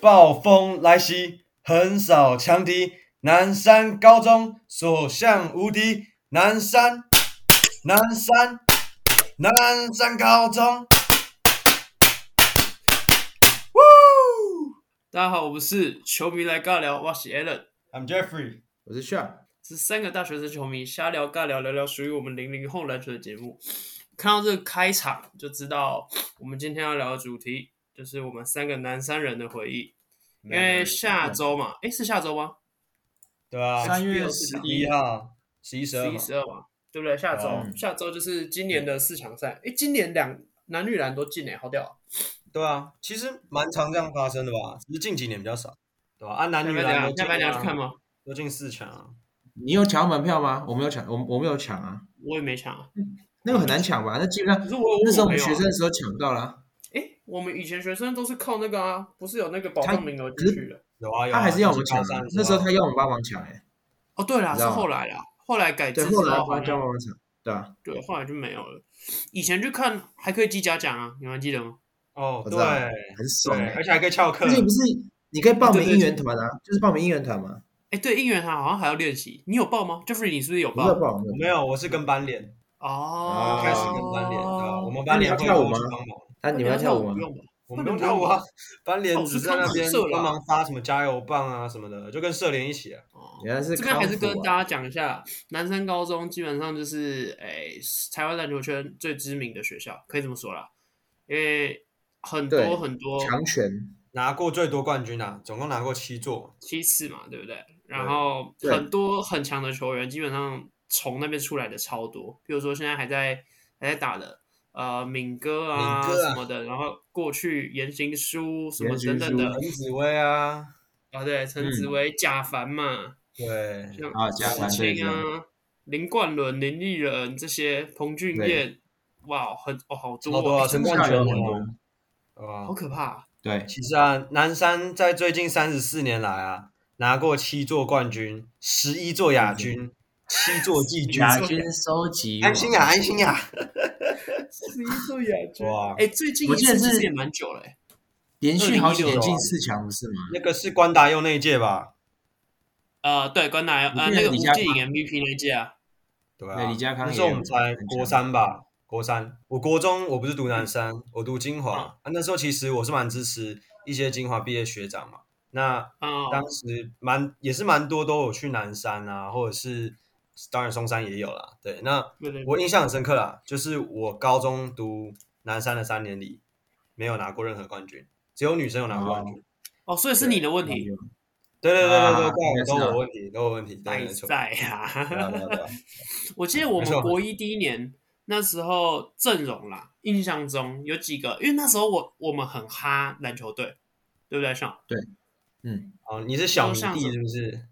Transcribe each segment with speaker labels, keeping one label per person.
Speaker 1: 暴风来袭，横扫强敌。南山高中所向无敌，南山，南山，南山高中。
Speaker 2: 大家好，我们是球迷来尬聊，我是 Allen。
Speaker 1: I'm Jeffrey。
Speaker 3: 我是 Sharp，
Speaker 2: 这三个大学生球迷瞎聊尬聊，聊聊属于我们零零后篮球的节目。看到这个开场就知道，我们今天要聊的主题就是我们三个南山人的回忆。因为下周嘛，诶，是下周吗？
Speaker 1: 对啊，
Speaker 3: 三月
Speaker 1: 十
Speaker 3: 十
Speaker 1: 一
Speaker 3: 一
Speaker 1: 号，十一十二
Speaker 2: 十一、
Speaker 1: 嘛，
Speaker 2: 十二嘛，对不对？下周，
Speaker 1: 嗯
Speaker 2: 下周就是今年的四强赛。诶，今年两男女篮都进诶，好屌啊、
Speaker 1: 对啊，其实蛮常这样发生的吧，只是近几年比较少，对吧、啊？男
Speaker 2: 要
Speaker 1: 女
Speaker 2: 不要等一
Speaker 1: 篮
Speaker 2: 下
Speaker 1: 都进
Speaker 2: 要不要等一下去看
Speaker 1: 啊，
Speaker 2: 吗？
Speaker 1: 都进四强啊，
Speaker 3: 你有抢到门票吗？我没有抢，我我没有抢啊，
Speaker 2: 我也没抢啊，
Speaker 3: 那个很难抢吧？那基本
Speaker 2: 可
Speaker 3: 上
Speaker 2: 是我有问
Speaker 3: 那时候我
Speaker 2: 朋
Speaker 3: 们
Speaker 2: 友啊
Speaker 3: 学生的时候抢到了，啊
Speaker 2: 诶，我们以前学生都是靠那个啊，不是有那个保障名额进去的。
Speaker 1: 有啊有啊。
Speaker 3: 他还是要我们抢
Speaker 1: 就
Speaker 3: 啊
Speaker 1: 是高三，
Speaker 3: 那时候他要我们帮忙抢哎，
Speaker 2: 哦，对啦，是
Speaker 3: 你知道吗
Speaker 2: 后来啦，后来改制
Speaker 3: 对，
Speaker 2: 之
Speaker 3: 后来
Speaker 2: 后好
Speaker 3: 帮叫
Speaker 2: 像
Speaker 3: 帮忙抢，对啊，
Speaker 2: 对，后来就没有了。以前去看还可以积嘉奖啊，你们还记得吗？
Speaker 1: 哦，
Speaker 3: 我
Speaker 1: 对
Speaker 3: 知道很爽
Speaker 1: 对，而
Speaker 3: 哎，
Speaker 1: 且还可以翘课
Speaker 3: 而。且不是你可以报
Speaker 2: 啊
Speaker 3: 名
Speaker 2: 对对
Speaker 3: 应援团啊，就是报名应援团嘛，
Speaker 2: 哎，对，应援团好像还要练习，你有报吗？Jeffrey，你是不是有
Speaker 3: 我没有
Speaker 2: 报？
Speaker 3: 报，我没有
Speaker 1: 没有，我是跟班联，
Speaker 2: 哦，
Speaker 1: 啊开始跟班联，对吧？我们班
Speaker 3: 那你
Speaker 1: 联
Speaker 3: 要
Speaker 1: 会
Speaker 3: 跳舞
Speaker 1: 过去
Speaker 3: 吗
Speaker 1: 帮忙。
Speaker 3: 报，啊你们要跳舞吗
Speaker 2: 不？用吧？
Speaker 1: 我们不用跳舞啊，班联
Speaker 2: 哦
Speaker 1: 只
Speaker 2: 是
Speaker 1: 是在那边
Speaker 2: 康复社啦
Speaker 1: 帮忙发什么加油棒啊什么的，就跟社联一起啊。
Speaker 2: 哦
Speaker 3: 原来是
Speaker 2: 这边还是
Speaker 3: 康复啊
Speaker 2: 跟大家讲一下，南山高中基本上就是诶、台湾篮球圈最知名的学校，可以这么说啦，因为很
Speaker 3: 对
Speaker 2: 多很多
Speaker 3: 强权，
Speaker 1: 拿过最多冠军啊，总共拿过七座。
Speaker 2: 七次嘛，对不对？然后
Speaker 3: 对
Speaker 2: 很多很强的球员，基本上从那边出来的超多，比如说现在还在还在打的呃敏哥啊
Speaker 1: 敏哥啊
Speaker 2: 什么的，然后过去言行书什么
Speaker 3: 言
Speaker 2: 等等
Speaker 3: 行
Speaker 2: 的
Speaker 1: 陈紫薇啊，
Speaker 2: 啊，对，陈子薇、贾凡嘛，
Speaker 1: 对，
Speaker 2: 像
Speaker 3: 啊贾
Speaker 2: 石
Speaker 3: 凡对
Speaker 2: 庆啊、林冠伦、林立人这些，彭俊彦，哇，很哦好多
Speaker 1: 好多啊
Speaker 2: 哎真
Speaker 1: 陈
Speaker 2: 的
Speaker 1: 冠
Speaker 3: 下
Speaker 1: 军
Speaker 3: 游很多，
Speaker 1: 啊
Speaker 2: 好，可怕，
Speaker 3: 对，
Speaker 1: 其实啊，南山在最近三十四年来啊，拿过七座冠军、十一座亚军、七座季军。
Speaker 3: 亚军收集网
Speaker 1: 安心啊，安心啊！
Speaker 2: 十一岁亚军
Speaker 1: 哇
Speaker 2: 哎，最近
Speaker 3: 我
Speaker 2: 一
Speaker 3: 记得
Speaker 2: 次其
Speaker 3: 是
Speaker 2: 实也蛮久了，哎
Speaker 3: 连续好几年
Speaker 1: 2016
Speaker 2: 哦
Speaker 3: 进四强不是吗？
Speaker 1: 那个是关达佑那一届吧？
Speaker 2: 呃，对，关达
Speaker 3: 我
Speaker 2: 呃
Speaker 3: 记得
Speaker 2: 那个吴
Speaker 3: 李佳
Speaker 2: 敬
Speaker 3: 康
Speaker 2: 颖 MVP 那一届啊。
Speaker 1: 对啊，
Speaker 3: 对李家康
Speaker 1: 那
Speaker 3: 也
Speaker 1: 时
Speaker 3: 有
Speaker 1: 候我们才
Speaker 3: 很强嗯
Speaker 1: 国三吧，国三。我国中我不是读南山，我读金华、
Speaker 2: 嗯
Speaker 1: 啊。那时候其实我是蛮支持一些金华毕业学长嘛。那
Speaker 2: 哦，
Speaker 3: 嗯
Speaker 1: 当时蛮也是蛮多都有去南山啊，或者是当然松山也有啦。对，那
Speaker 2: 对
Speaker 3: 嗯
Speaker 2: 对对
Speaker 1: 我印象很深刻啦，就是我高中读南山的三年里，没有拿过任何冠军，只有女生有拿过冠军。
Speaker 2: 哦，所以是你的问题，
Speaker 1: 对对对对对
Speaker 3: 啊应
Speaker 1: 对，
Speaker 3: 该是
Speaker 1: 都
Speaker 3: 啊
Speaker 1: 有问题，都有问题，对，
Speaker 2: 败
Speaker 1: 没错。
Speaker 2: 在
Speaker 1: 对啊
Speaker 2: 啊！
Speaker 1: 对啊对啊
Speaker 2: 我记得我
Speaker 1: 没
Speaker 2: 们
Speaker 1: 错
Speaker 2: 国一第一年那时候阵容啦，印象中有几个，因为那时候我我们很哈篮球队，对不对？上，
Speaker 3: 嗯，
Speaker 1: 哦，你是小迷弟是不是？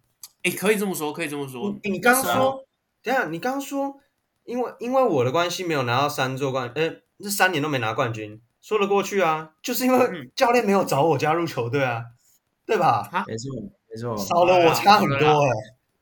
Speaker 2: 哎，可以这么说，可以这么说，
Speaker 1: 你你刚刚
Speaker 2: 是啊
Speaker 1: 说，等一下你刚刚说，因为因为我的关系没有拿到三座冠，呃，这三年都没拿冠军，说得过去啊，就是因为
Speaker 2: 嗯
Speaker 1: 教练没有找我加入球队啊，对吧？
Speaker 3: 没错没
Speaker 2: 哦
Speaker 3: 错，
Speaker 1: 少了我差很多
Speaker 2: 好
Speaker 1: 哎、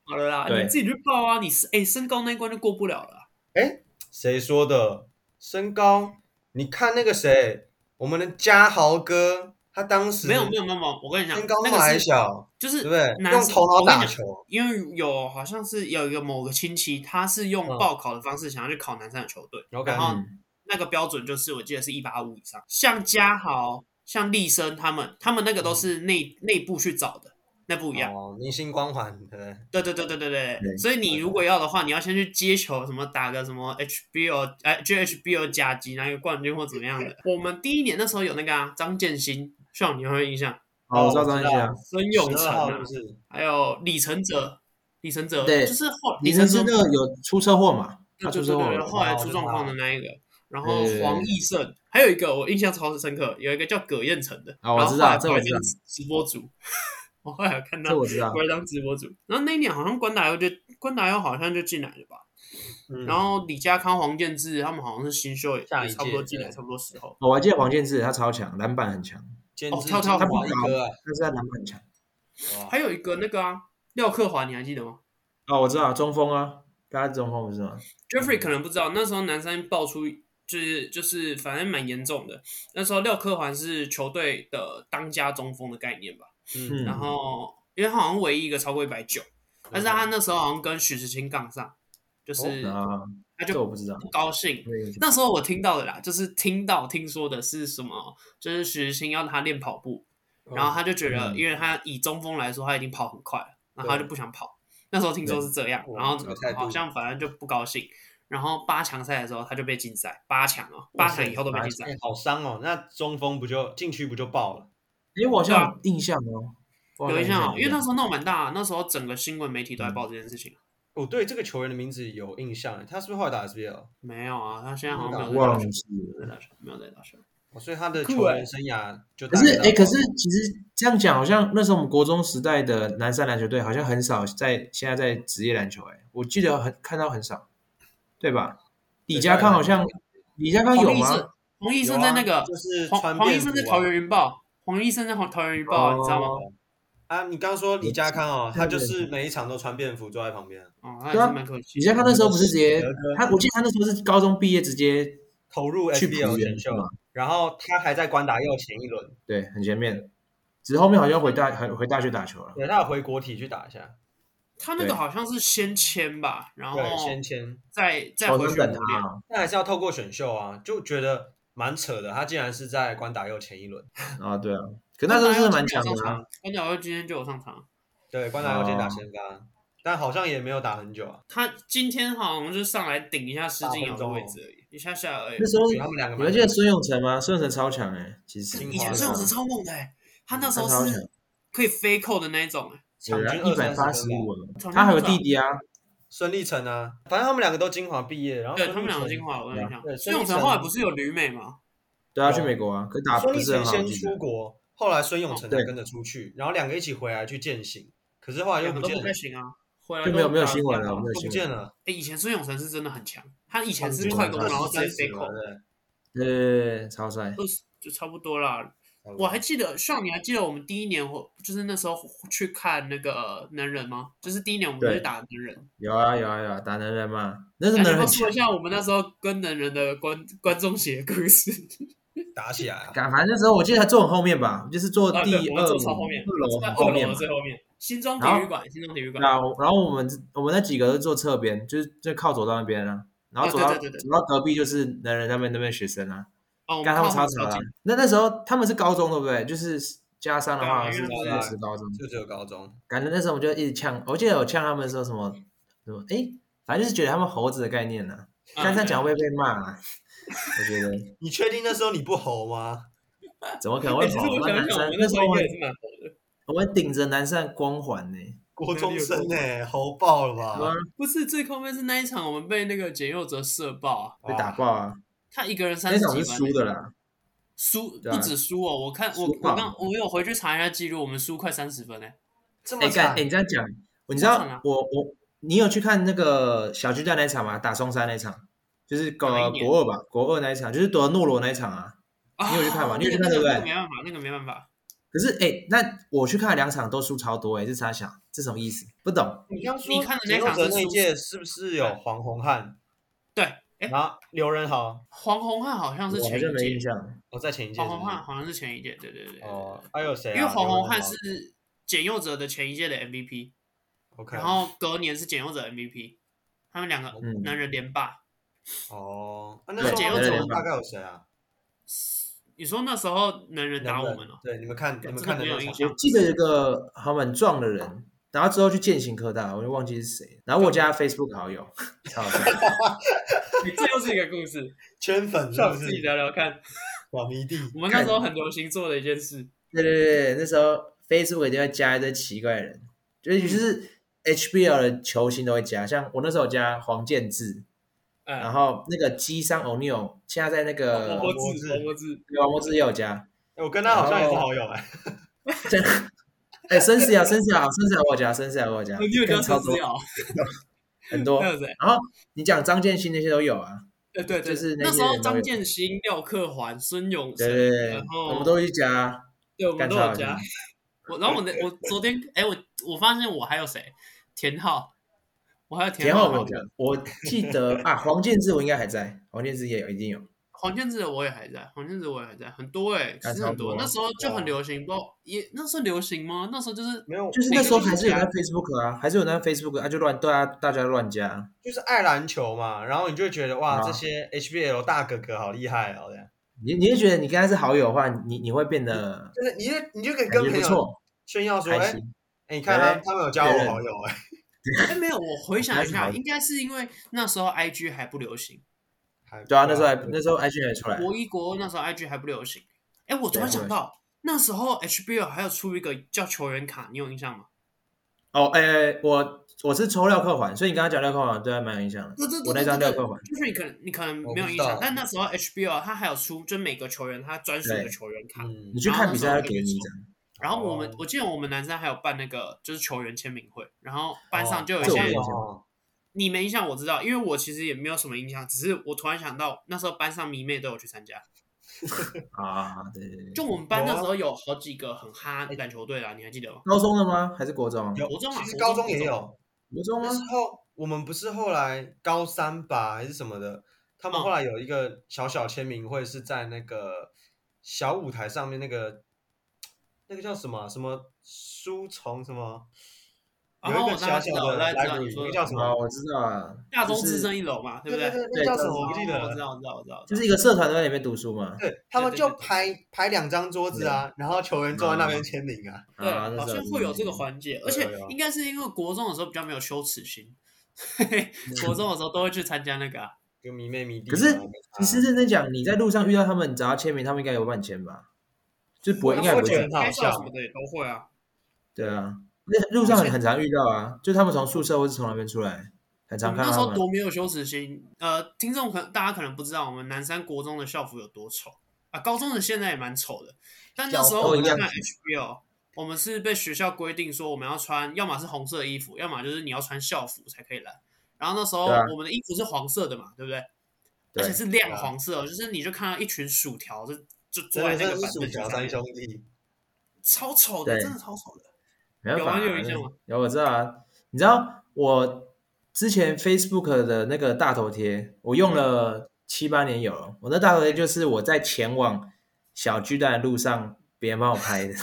Speaker 2: 好了啦，
Speaker 3: 对
Speaker 2: 你自己去报啊，你是哎身高那一关就过不了了啊。
Speaker 1: 谁说的？身高？你看那个谁，我们的嘉豪哥，他当时
Speaker 2: 没有没有没有没有，我跟你讲，
Speaker 1: 身高那
Speaker 2: 那
Speaker 1: 么
Speaker 2: 个
Speaker 1: 还
Speaker 2: 是
Speaker 1: 小，
Speaker 2: 就是
Speaker 1: 对不对？
Speaker 2: 男
Speaker 1: 用
Speaker 2: 生
Speaker 1: 头脑
Speaker 2: 我跟你
Speaker 1: 打
Speaker 2: 讲
Speaker 1: 球，
Speaker 2: 因为有好像是有一个某个亲戚，他是用
Speaker 1: 嗯
Speaker 2: 报考的方式想要去考南山的球队，
Speaker 1: OK
Speaker 2: 然后
Speaker 3: 嗯，
Speaker 2: 那个标准就是我记得是一八五以上，像嘉豪、像立生他们，他们那个都是内、内部去找的，那不一样。
Speaker 1: 哦，明星光环，对不对？
Speaker 2: 对对对对对对。
Speaker 3: 对
Speaker 2: 所以你如果要的话，你要先去接球，什么打个什么 HBO 哎 GHBO 甲级拿一个冠军或怎么样的。我们第一年那时候有那个啊张建新，像你有没有印象？
Speaker 3: 好，我知道
Speaker 1: 哦我
Speaker 3: 张
Speaker 1: 知
Speaker 3: 一
Speaker 1: 道
Speaker 3: 下，
Speaker 2: 孙永成
Speaker 1: 12号是
Speaker 2: 啊
Speaker 1: 不，是？
Speaker 2: 还有李承哲，李承哲
Speaker 3: 对
Speaker 2: 就是后
Speaker 3: 李
Speaker 2: 承
Speaker 3: 晨
Speaker 2: 哲
Speaker 3: 是那个有出车祸嘛？他
Speaker 2: 对对对
Speaker 3: 出车祸
Speaker 2: 对，
Speaker 3: 了，哦
Speaker 2: 后来出状况的那一个，然后
Speaker 3: 对对对
Speaker 2: 黄奕胜，还有一个我印象超深刻，有一个叫葛彦成的，
Speaker 3: 啊我
Speaker 2: 然后
Speaker 3: 知道
Speaker 2: 后来
Speaker 3: 这我
Speaker 2: 跑来
Speaker 3: 知道
Speaker 2: 当直播主， 我后来有看
Speaker 3: 这
Speaker 2: 到
Speaker 3: 我知道
Speaker 2: 回。来当直播主，然后那一年好像关达佑就关达佑好像就进来了吧，
Speaker 1: 嗯
Speaker 2: 然后李家康、黄建志他们好像是新秀，也
Speaker 1: 下一届
Speaker 2: 差不多进来，
Speaker 1: 对
Speaker 2: 差不多时候，
Speaker 3: 哦我还记得黄健志，他超强，篮板很强，
Speaker 1: 简
Speaker 2: 哦
Speaker 1: 直
Speaker 2: 跳跳
Speaker 1: 金
Speaker 3: 舞
Speaker 1: 华哥啊，
Speaker 3: 但是他篮板很强。
Speaker 1: 哇
Speaker 2: 还有一个那个啊廖克华，你还记得吗
Speaker 3: 哦，我知道中锋啊，他是中锋不是吗？
Speaker 2: ？Jeffrey 可能不知道，那时候南山爆出就是就是反正蛮严重的。那时候廖科环是球队的当家中锋的概念吧，
Speaker 3: 嗯
Speaker 2: 然后因为他好像唯一一个超过一百九，但是他
Speaker 1: 哦
Speaker 2: 那时候好像跟许时清杠上，就是
Speaker 3: 啊，
Speaker 2: 他
Speaker 3: 这我
Speaker 2: 就
Speaker 3: 不知道。
Speaker 2: 不高兴。那时候我听到的啦，就是听到听说的是什么，就是许时清要他练跑步，然
Speaker 1: 哦
Speaker 2: 后他就觉得，
Speaker 3: 嗯
Speaker 2: 因为他以中锋来说，他已经跑很快了，然后他就不想跑。那时候听说是这样，
Speaker 1: 对
Speaker 2: 然后
Speaker 1: 哦哇这个态度
Speaker 2: 好像反正就不高兴。然后八强赛的时候他就被禁赛，八强哦，八强以后都被禁
Speaker 1: 哎
Speaker 2: 赛。
Speaker 1: 好伤哦！那中锋不就禁区不就爆了？
Speaker 3: 因为我好像有印象哦，我好
Speaker 2: 啊有印象哦，因为那
Speaker 3: 是
Speaker 2: 时候闹蛮大，那时候整个新闻媒体都在报这件事情。
Speaker 1: 我对这个球员的名字有印象，他是不是后来打 SBL？
Speaker 2: 没有啊，他现在好像没有在
Speaker 3: 忘
Speaker 2: 打
Speaker 3: 了
Speaker 2: 球，
Speaker 3: 是。
Speaker 2: 没有在打球，没有在打球。
Speaker 1: 哦，所以他的
Speaker 2: 酷
Speaker 1: 球
Speaker 2: 哎
Speaker 1: 员生涯就
Speaker 3: 可
Speaker 1: 大概
Speaker 3: 是
Speaker 1: 到
Speaker 3: 哎、可是其实这样讲，好像那时候我们国中时代的南山篮球队好像很少在现在在职业篮球、哎，我记得很看到很少，对吧？李家康好像李家康有
Speaker 2: 黄医生
Speaker 3: 吗？，
Speaker 2: 黄医
Speaker 1: 有
Speaker 2: 生
Speaker 1: 啊
Speaker 2: 在那个
Speaker 1: 就是
Speaker 2: 黄
Speaker 1: 穿
Speaker 2: 黄
Speaker 1: 便
Speaker 2: 医生在
Speaker 1: 服啊
Speaker 2: 桃园云豹，黄医生在桃园云豹，你知道吗？
Speaker 1: 啊，你刚刚说李家康哦，
Speaker 3: 对
Speaker 1: 他就是每一场都穿便服坐在旁边啊
Speaker 2: 哦，他也是蛮可惜。
Speaker 3: 李家康那时候不是直接
Speaker 1: 德哥
Speaker 3: 他，我记得他那时候是高中毕业直接
Speaker 1: 投入
Speaker 3: 去浦
Speaker 1: SBL 选
Speaker 3: 原是
Speaker 1: 秀，
Speaker 3: 吗？
Speaker 1: 然后他还在关达佑前一轮，
Speaker 3: 对，很前面，只是后面好像回大回回大学打球了。
Speaker 1: 对，他有回国体去打一下，
Speaker 2: 他那
Speaker 3: 对
Speaker 2: 个好像是先签吧，然后
Speaker 1: 对，先签，
Speaker 2: 再再
Speaker 3: 好
Speaker 2: 回
Speaker 3: 像
Speaker 2: 去
Speaker 3: 哦等
Speaker 2: 磨
Speaker 3: 他
Speaker 2: 练。
Speaker 3: 啊嘛，
Speaker 1: 但还是要透过选秀啊，就觉得蛮扯的，他竟然是在关达佑前一轮，
Speaker 3: 啊，对啊，可那时候真的蛮强的啊。。
Speaker 2: 关达佑今天就有上场，
Speaker 1: 对，关达佑今天
Speaker 3: 哦
Speaker 1: 打先发，但好像也没有打很久啊，
Speaker 2: 他今天好像就上来顶一下施敬尧的位置而已，一下下而已
Speaker 3: 那。时候
Speaker 1: 所以他们两个
Speaker 3: 你们
Speaker 1: 蛮
Speaker 3: 记得孙永成吗？孙永成超强哎、其实
Speaker 1: 以
Speaker 2: 以前
Speaker 1: 华
Speaker 2: 孙
Speaker 1: 永
Speaker 2: 永
Speaker 1: 成
Speaker 2: 是超猛的欸，他那时候是可以飞扣的那一种欸，
Speaker 1: 场均
Speaker 3: 啊一
Speaker 1: 二
Speaker 3: 百
Speaker 1: 三
Speaker 3: 八
Speaker 1: 十
Speaker 3: 十
Speaker 1: 分吧，
Speaker 3: 五，他还有弟弟啊，
Speaker 1: 孙立成啊，反正他们两个都清华毕
Speaker 3: 哦
Speaker 1: 业，然后
Speaker 2: 对
Speaker 1: 孙
Speaker 2: 他
Speaker 1: 立
Speaker 2: 们两个
Speaker 1: 成
Speaker 2: 精华，我有印象
Speaker 1: 对。
Speaker 2: 孙永
Speaker 1: 孙
Speaker 2: 成
Speaker 1: 立
Speaker 2: 后来
Speaker 1: 晨
Speaker 2: 不是有旅美吗？
Speaker 3: 对啊，去美国啊，可打
Speaker 1: 孙
Speaker 3: 不
Speaker 1: 立
Speaker 3: 是
Speaker 1: 成
Speaker 3: 很好，
Speaker 1: 先
Speaker 3: 我记得
Speaker 1: 出国，后来孙永成才
Speaker 3: 对
Speaker 1: 跟着出去，然后两个一起回来去践行，可是后来又
Speaker 2: 两
Speaker 1: 不
Speaker 2: 个都
Speaker 1: 见了
Speaker 2: 不太，行啊，回来
Speaker 3: 就
Speaker 2: 都
Speaker 3: 没有没有
Speaker 2: 打
Speaker 3: 新闻啊
Speaker 2: 打
Speaker 3: 了，没有
Speaker 1: 都不
Speaker 3: 新闻
Speaker 1: 见。了，
Speaker 2: 哎，以前孙永成是真的很强，他以前是
Speaker 3: 对啊
Speaker 2: 快攻，然后再
Speaker 1: 三
Speaker 2: 飞扣，
Speaker 3: 对对对，对超帅。
Speaker 2: 二十就差不多啦。我还记得，像你还记得我们第一年我就是那时候去看那个能人吗？就是第一年我们
Speaker 3: 对
Speaker 2: 去打能人，
Speaker 3: 有啊有啊有啊，打能人嘛，那是
Speaker 2: 那
Speaker 3: 能
Speaker 2: 你要
Speaker 3: 人
Speaker 2: 不
Speaker 3: 很
Speaker 2: 要说
Speaker 3: 强
Speaker 2: 一。下我们那时候跟能人的观观众席的故事？
Speaker 1: 打起来啊，
Speaker 3: 干，反正那时候我记得他坐很后面吧，就是 坐
Speaker 2: 啊
Speaker 3: 第
Speaker 2: 对我们
Speaker 3: 二
Speaker 2: 坐超后面，
Speaker 3: 二楼
Speaker 2: 在
Speaker 3: 很
Speaker 2: 二楼
Speaker 3: 面嘛
Speaker 2: 的。最后面，新庄体育馆，新庄体育馆
Speaker 3: 对。啊，我然后我们我们那几个都坐侧边，就是就靠走道那边啊，然后走
Speaker 2: 哦
Speaker 3: 到
Speaker 2: 对对对对
Speaker 3: 走到隔壁就是能人那边那边学生啊，
Speaker 2: 哦，我
Speaker 3: 干他
Speaker 2: 们
Speaker 3: 们
Speaker 2: 超
Speaker 3: 超扯
Speaker 2: 超
Speaker 3: 啊
Speaker 2: 近，！
Speaker 3: 那那时候他们是高中对不对？就是加上的
Speaker 2: 对
Speaker 3: 话
Speaker 2: 啊
Speaker 3: 是
Speaker 2: 因为
Speaker 1: 他们
Speaker 3: 是高中，
Speaker 1: 就只有高中，
Speaker 3: 感觉那时候我们就一直呛，我记得有呛他们说什么什么，哎，反正就是觉得他们猴子的概念呢、啊，但这样讲会被被骂、啊，我觉得
Speaker 1: 你确定那时候你不吼吗？
Speaker 3: 怎么可能
Speaker 2: 哎
Speaker 3: 会
Speaker 2: 其实
Speaker 3: 猴？
Speaker 2: 我
Speaker 3: 那
Speaker 2: 想
Speaker 3: 男
Speaker 2: 一想，我
Speaker 3: 生
Speaker 2: 们
Speaker 3: 那
Speaker 2: 那
Speaker 3: 时
Speaker 2: 时
Speaker 3: 候
Speaker 2: 候
Speaker 3: 我
Speaker 2: 应该也
Speaker 3: 们
Speaker 2: 是蛮好的。
Speaker 3: 我们顶着南山光环呢、
Speaker 1: 国中生哎，吼爆了
Speaker 3: 啊
Speaker 1: 吧？
Speaker 2: 不是最靠面是那一场，我们被那个简佑哲射爆啊，
Speaker 3: 被打爆啊！
Speaker 2: 他一个人三
Speaker 3: 那
Speaker 2: 十
Speaker 3: 场
Speaker 2: 几
Speaker 3: 是
Speaker 2: 分
Speaker 3: 输
Speaker 2: 欸
Speaker 3: 的啦，
Speaker 2: 输
Speaker 3: 对啊
Speaker 2: 不止输哦，我看我
Speaker 3: 输
Speaker 2: 我
Speaker 3: 爆
Speaker 2: 刚我有回去查一下记录，我们输快三十分欸嘞。
Speaker 1: 这
Speaker 3: 哎、
Speaker 1: 么
Speaker 3: 干，
Speaker 1: 惨
Speaker 3: 哎、，你这样讲，你知
Speaker 2: 我看
Speaker 3: 道
Speaker 2: 啊
Speaker 3: 我我你有去看那个小巨蛋那一场吗？打松山那一场，就是
Speaker 2: 哪一
Speaker 3: 国
Speaker 2: 年
Speaker 3: 国二吧，国二那一场，就是夺诺罗那一场啊。
Speaker 2: 啊
Speaker 3: 你有去看吗你
Speaker 2: 那
Speaker 3: 有去
Speaker 2: 个
Speaker 3: 看对不对
Speaker 2: 那个没办法，那个没办法。
Speaker 3: 可是哎、那我去看了两场都输超多哎、这啥想？这什么意思？不懂。
Speaker 1: 你刚说
Speaker 2: 你看的那
Speaker 1: 简
Speaker 2: 场
Speaker 1: 佑哲
Speaker 2: 是
Speaker 1: 那一
Speaker 2: 输
Speaker 1: 届是不是有黄宏汉，
Speaker 2: 对，哎，
Speaker 1: 然后刘仁豪？
Speaker 2: 黄宏汉好像是
Speaker 3: 我好
Speaker 2: 前
Speaker 3: 像没
Speaker 2: 一
Speaker 3: 印
Speaker 2: 届，
Speaker 3: 象。
Speaker 1: 哦，在前一届是不
Speaker 2: 黄宏汉
Speaker 1: 是？
Speaker 2: 好像是前一届，对对对对。
Speaker 1: 哦，还有谁
Speaker 2: 对
Speaker 1: 啊？
Speaker 2: 因为黄宏汉
Speaker 1: 刘
Speaker 2: 是
Speaker 1: 仁
Speaker 2: 简佑哲的前一届的 MVP，
Speaker 1: 豪 OK，
Speaker 2: 然后隔年是简佑哲 MVP，他们两个
Speaker 3: 嗯
Speaker 2: 男人连霸。
Speaker 1: 哦，啊那
Speaker 3: 对
Speaker 1: 时
Speaker 2: 简
Speaker 1: 候
Speaker 2: 佑哲
Speaker 1: 那时候大概有谁啊？
Speaker 2: 你说那时候能人打我们哦了？
Speaker 1: 对，你们看，你们
Speaker 2: 真
Speaker 1: 看的
Speaker 2: 的没有
Speaker 1: 那
Speaker 2: 印
Speaker 1: 场。
Speaker 2: 象。
Speaker 3: 记得有个还蛮壮的人，然后之后去践行科大，我就忘记是谁。然后我加他 Facebook 好友， 超好笑。
Speaker 2: 你 这又是一个故事，
Speaker 1: 圈粉是
Speaker 2: 让我
Speaker 1: 不
Speaker 2: 们自己
Speaker 1: 是？
Speaker 2: 聊聊看。
Speaker 1: 网迷弟，
Speaker 2: 我们那时候很流行做的一件事，
Speaker 3: 对对对，对那时候 Facebook 一定会加一堆奇怪的人，就是就是
Speaker 2: 嗯
Speaker 3: HBL 的球星都会加，像我那时候有加黄建志，
Speaker 2: 嗯，
Speaker 3: 然后呃那个基商 O'Neal 现在在那个
Speaker 2: 王柏
Speaker 1: 王柏
Speaker 2: 志，
Speaker 1: 志
Speaker 2: 王柏志，
Speaker 3: 王柏志也有加，
Speaker 1: 哎我跟他好像也是好友哎。
Speaker 3: 真的。哎，生死啊，生死啊，生死啊，我有加，生死啊，我有加，
Speaker 2: 你有叫
Speaker 3: 更超
Speaker 2: 陈
Speaker 3: 多
Speaker 2: 思瑶？嗯
Speaker 3: 很多
Speaker 2: 还。有谁？
Speaker 3: 然后你讲张建新那些都有啊，
Speaker 2: 呃，对对，
Speaker 3: 就是那
Speaker 2: 那
Speaker 3: 些
Speaker 2: 时候
Speaker 3: 人都
Speaker 2: 张
Speaker 3: 有
Speaker 2: 建新、廖克环、孙永成，
Speaker 3: 对对对
Speaker 2: 然，后
Speaker 3: 我们都会去加，
Speaker 2: 对，我们
Speaker 3: 干
Speaker 2: 都
Speaker 3: 超
Speaker 2: 有
Speaker 3: 好
Speaker 2: 加
Speaker 3: 笑。。
Speaker 2: 我然后我那我昨天哎，我我发现我还有谁？田浩，我还有
Speaker 3: 田
Speaker 2: 浩
Speaker 3: 浩
Speaker 2: 好
Speaker 3: 没有
Speaker 2: 友
Speaker 3: 加，我记得啊，黄建志我应该还在，黄建志也有一定有，
Speaker 2: 黄建志的我也还在，黄建志我也还在，很多哎、其
Speaker 3: 那
Speaker 2: 实
Speaker 3: 差
Speaker 2: 很
Speaker 3: 不多啊
Speaker 2: 多。
Speaker 3: 了
Speaker 2: 那时候就很流行，不知道也那时候流行吗？那时候 就是
Speaker 1: 没有，
Speaker 3: 就是那时候还是有在 Facebook 啊，还是有在 Facebook 啊，就乱大家大家乱加，
Speaker 1: 就是爱篮球嘛，然后你就会觉得哇，
Speaker 3: 啊
Speaker 1: 这些 HBL 大哥哥好厉害哦，这样，
Speaker 3: 你你会觉得你跟他是好友的话，你你会变得
Speaker 1: 就是你就你就可以
Speaker 3: 感
Speaker 1: 跟朋
Speaker 3: 觉
Speaker 1: 嗯
Speaker 3: 不
Speaker 1: 友
Speaker 3: 错，
Speaker 1: 炫耀说，
Speaker 3: 开
Speaker 1: 哎
Speaker 3: 心。
Speaker 1: 哎，你看他
Speaker 3: 哎
Speaker 1: 他们有加我
Speaker 3: 别人
Speaker 1: 好友哎，
Speaker 2: 哎、没有，我回想一
Speaker 3: 还是
Speaker 2: 下，
Speaker 3: 好的
Speaker 2: 应该是因为那时候 IG 还不流行，
Speaker 1: 还
Speaker 3: 对啊，那时候还那时候 IG 还出来，
Speaker 2: 国一国二那时候 IG 还不流行。哎、我突
Speaker 3: 对
Speaker 2: 然
Speaker 3: 不
Speaker 2: 想
Speaker 3: 流
Speaker 2: 到，那时候 HBO 还有出一个叫球员卡，你有印象吗？
Speaker 3: 哦，哎、哎我我是抽廖克环，所以你刚刚讲廖克环，对他蛮有印象的。
Speaker 2: 对对对
Speaker 3: 我那张
Speaker 2: 对
Speaker 3: 廖
Speaker 2: 对
Speaker 3: 克环，
Speaker 2: 就是你可能你可能
Speaker 1: 我
Speaker 2: 没有
Speaker 1: 不
Speaker 2: 印
Speaker 1: 知
Speaker 2: 象
Speaker 1: 道，
Speaker 2: 但那时候 HBO 它还有出，就每个球员他专属的
Speaker 3: 对
Speaker 2: 球员卡。
Speaker 1: 嗯
Speaker 3: 你去看比赛，他给你一张。
Speaker 2: 然后我们
Speaker 1: 哦
Speaker 2: 我记得我们男生还有办那个就是球员签名会，然后班上就有
Speaker 3: 哦
Speaker 2: 一
Speaker 3: 这
Speaker 2: 些
Speaker 3: 我没
Speaker 2: 人
Speaker 3: 印象
Speaker 1: 哦
Speaker 2: 你没印象我知道，因为我其实也没有什么印象，只是我突然想到那时候班上迷妹都有去参加，
Speaker 3: 啊，对对对。
Speaker 2: 就我们班
Speaker 1: 有啊
Speaker 2: 那时候有好几个很哈篮球队啦，你还记得吗？
Speaker 3: 高中的吗？还是国中？
Speaker 1: 有
Speaker 2: 国中啊
Speaker 1: 其实
Speaker 2: 国
Speaker 1: 高
Speaker 2: 中
Speaker 1: 中也
Speaker 2: 国中
Speaker 1: 有，
Speaker 3: 国中
Speaker 1: 那
Speaker 3: 啊
Speaker 2: 哦
Speaker 1: 时，候我们不是后来高三吧，还是什么的？他们
Speaker 2: 嗯
Speaker 1: 后来有一个小小签名会，是在那个小舞台上面那个那个叫什么啊什么书虫什么，有
Speaker 2: 然后
Speaker 1: 一
Speaker 2: 哦
Speaker 1: 个
Speaker 2: 我
Speaker 1: 小
Speaker 2: 大家
Speaker 1: 小
Speaker 2: 知道，我
Speaker 1: 的
Speaker 2: 大家知道你
Speaker 1: library，
Speaker 2: 说
Speaker 1: 那个
Speaker 2: 的
Speaker 1: 叫什
Speaker 3: 啊，
Speaker 1: 么？
Speaker 3: 我知道啊，
Speaker 2: 大
Speaker 3: 就
Speaker 2: 中
Speaker 3: 是
Speaker 2: 至正一楼嘛，对不
Speaker 1: 对
Speaker 2: 对？
Speaker 1: 那个叫什
Speaker 3: 对
Speaker 1: 么？我不记得
Speaker 2: 哦我知
Speaker 1: 了。
Speaker 2: 道，我知道，我知道，我知
Speaker 3: 就
Speaker 2: 道
Speaker 3: 是。一个社团都在里面读书嘛。
Speaker 1: 对他们
Speaker 2: 对对
Speaker 1: 就
Speaker 2: 对对
Speaker 1: 排排两张桌子啊，然后球员坐在那
Speaker 2: 嗯
Speaker 1: 边签名啊。
Speaker 2: 对，
Speaker 3: 啊，那
Speaker 2: 好
Speaker 3: 时
Speaker 2: 像
Speaker 3: 候
Speaker 2: 会有这个。环节，而且
Speaker 3: 啊
Speaker 1: 有有
Speaker 2: 应该是因为国中的时候比较没有羞耻心，嘿
Speaker 3: 嗯
Speaker 2: 嘿， 国中的时候都会去参加那个啊。
Speaker 1: 就迷妹迷弟啊。
Speaker 3: 可是
Speaker 1: 没差
Speaker 3: 其实认真讲，你在路上遇到他们，你找他签名，他们应该有帮你签吧？就不会，应该也
Speaker 1: 我
Speaker 3: 不会
Speaker 1: 觉得
Speaker 3: 拒
Speaker 1: 很好
Speaker 2: 拍照
Speaker 1: 笑
Speaker 2: 什么的也都会啊。
Speaker 3: 对啊，那路上很常遇到啊，就他们从宿舍或是从那边出来，
Speaker 2: 我
Speaker 3: 很常
Speaker 2: 们
Speaker 3: 看
Speaker 2: 嗯那
Speaker 3: 到
Speaker 2: 时
Speaker 3: 他
Speaker 2: 候
Speaker 3: 们。啊
Speaker 2: 多没有羞耻心，呃，听众可大家可能不知道，我们南山国中的校服有多丑啊，高中的现在也蛮丑的，但那时候
Speaker 3: 都
Speaker 2: 我们
Speaker 3: 一样
Speaker 2: 看 HBO，我们是被学校规定说我们要穿，要么是红色的衣服，要么就是你要穿校服才可以来。然后那时候
Speaker 3: 对啊
Speaker 2: 我们的衣服是黄色的嘛，对不对？
Speaker 3: 对
Speaker 2: 而且是亮黄色，哦就是你就看到一群薯条就就
Speaker 1: 真
Speaker 2: 坐在
Speaker 1: 的
Speaker 2: 啊那
Speaker 1: 真
Speaker 2: 个
Speaker 1: 的
Speaker 2: 板
Speaker 1: 是薯
Speaker 2: 凳
Speaker 1: 条
Speaker 2: 上
Speaker 1: 三
Speaker 2: 面，
Speaker 1: 兄弟，
Speaker 2: 超丑的，
Speaker 3: 对
Speaker 2: 真的超丑的。
Speaker 3: 没办法、啊，
Speaker 2: 有啊有印象吗
Speaker 3: 有我知道啊，你知道我之前 Facebook 的那个大头贴，我
Speaker 2: 嗯
Speaker 3: 用了七八年有了。我那大头贴就是我在前往小巨蛋的路上，别人帮我拍 的，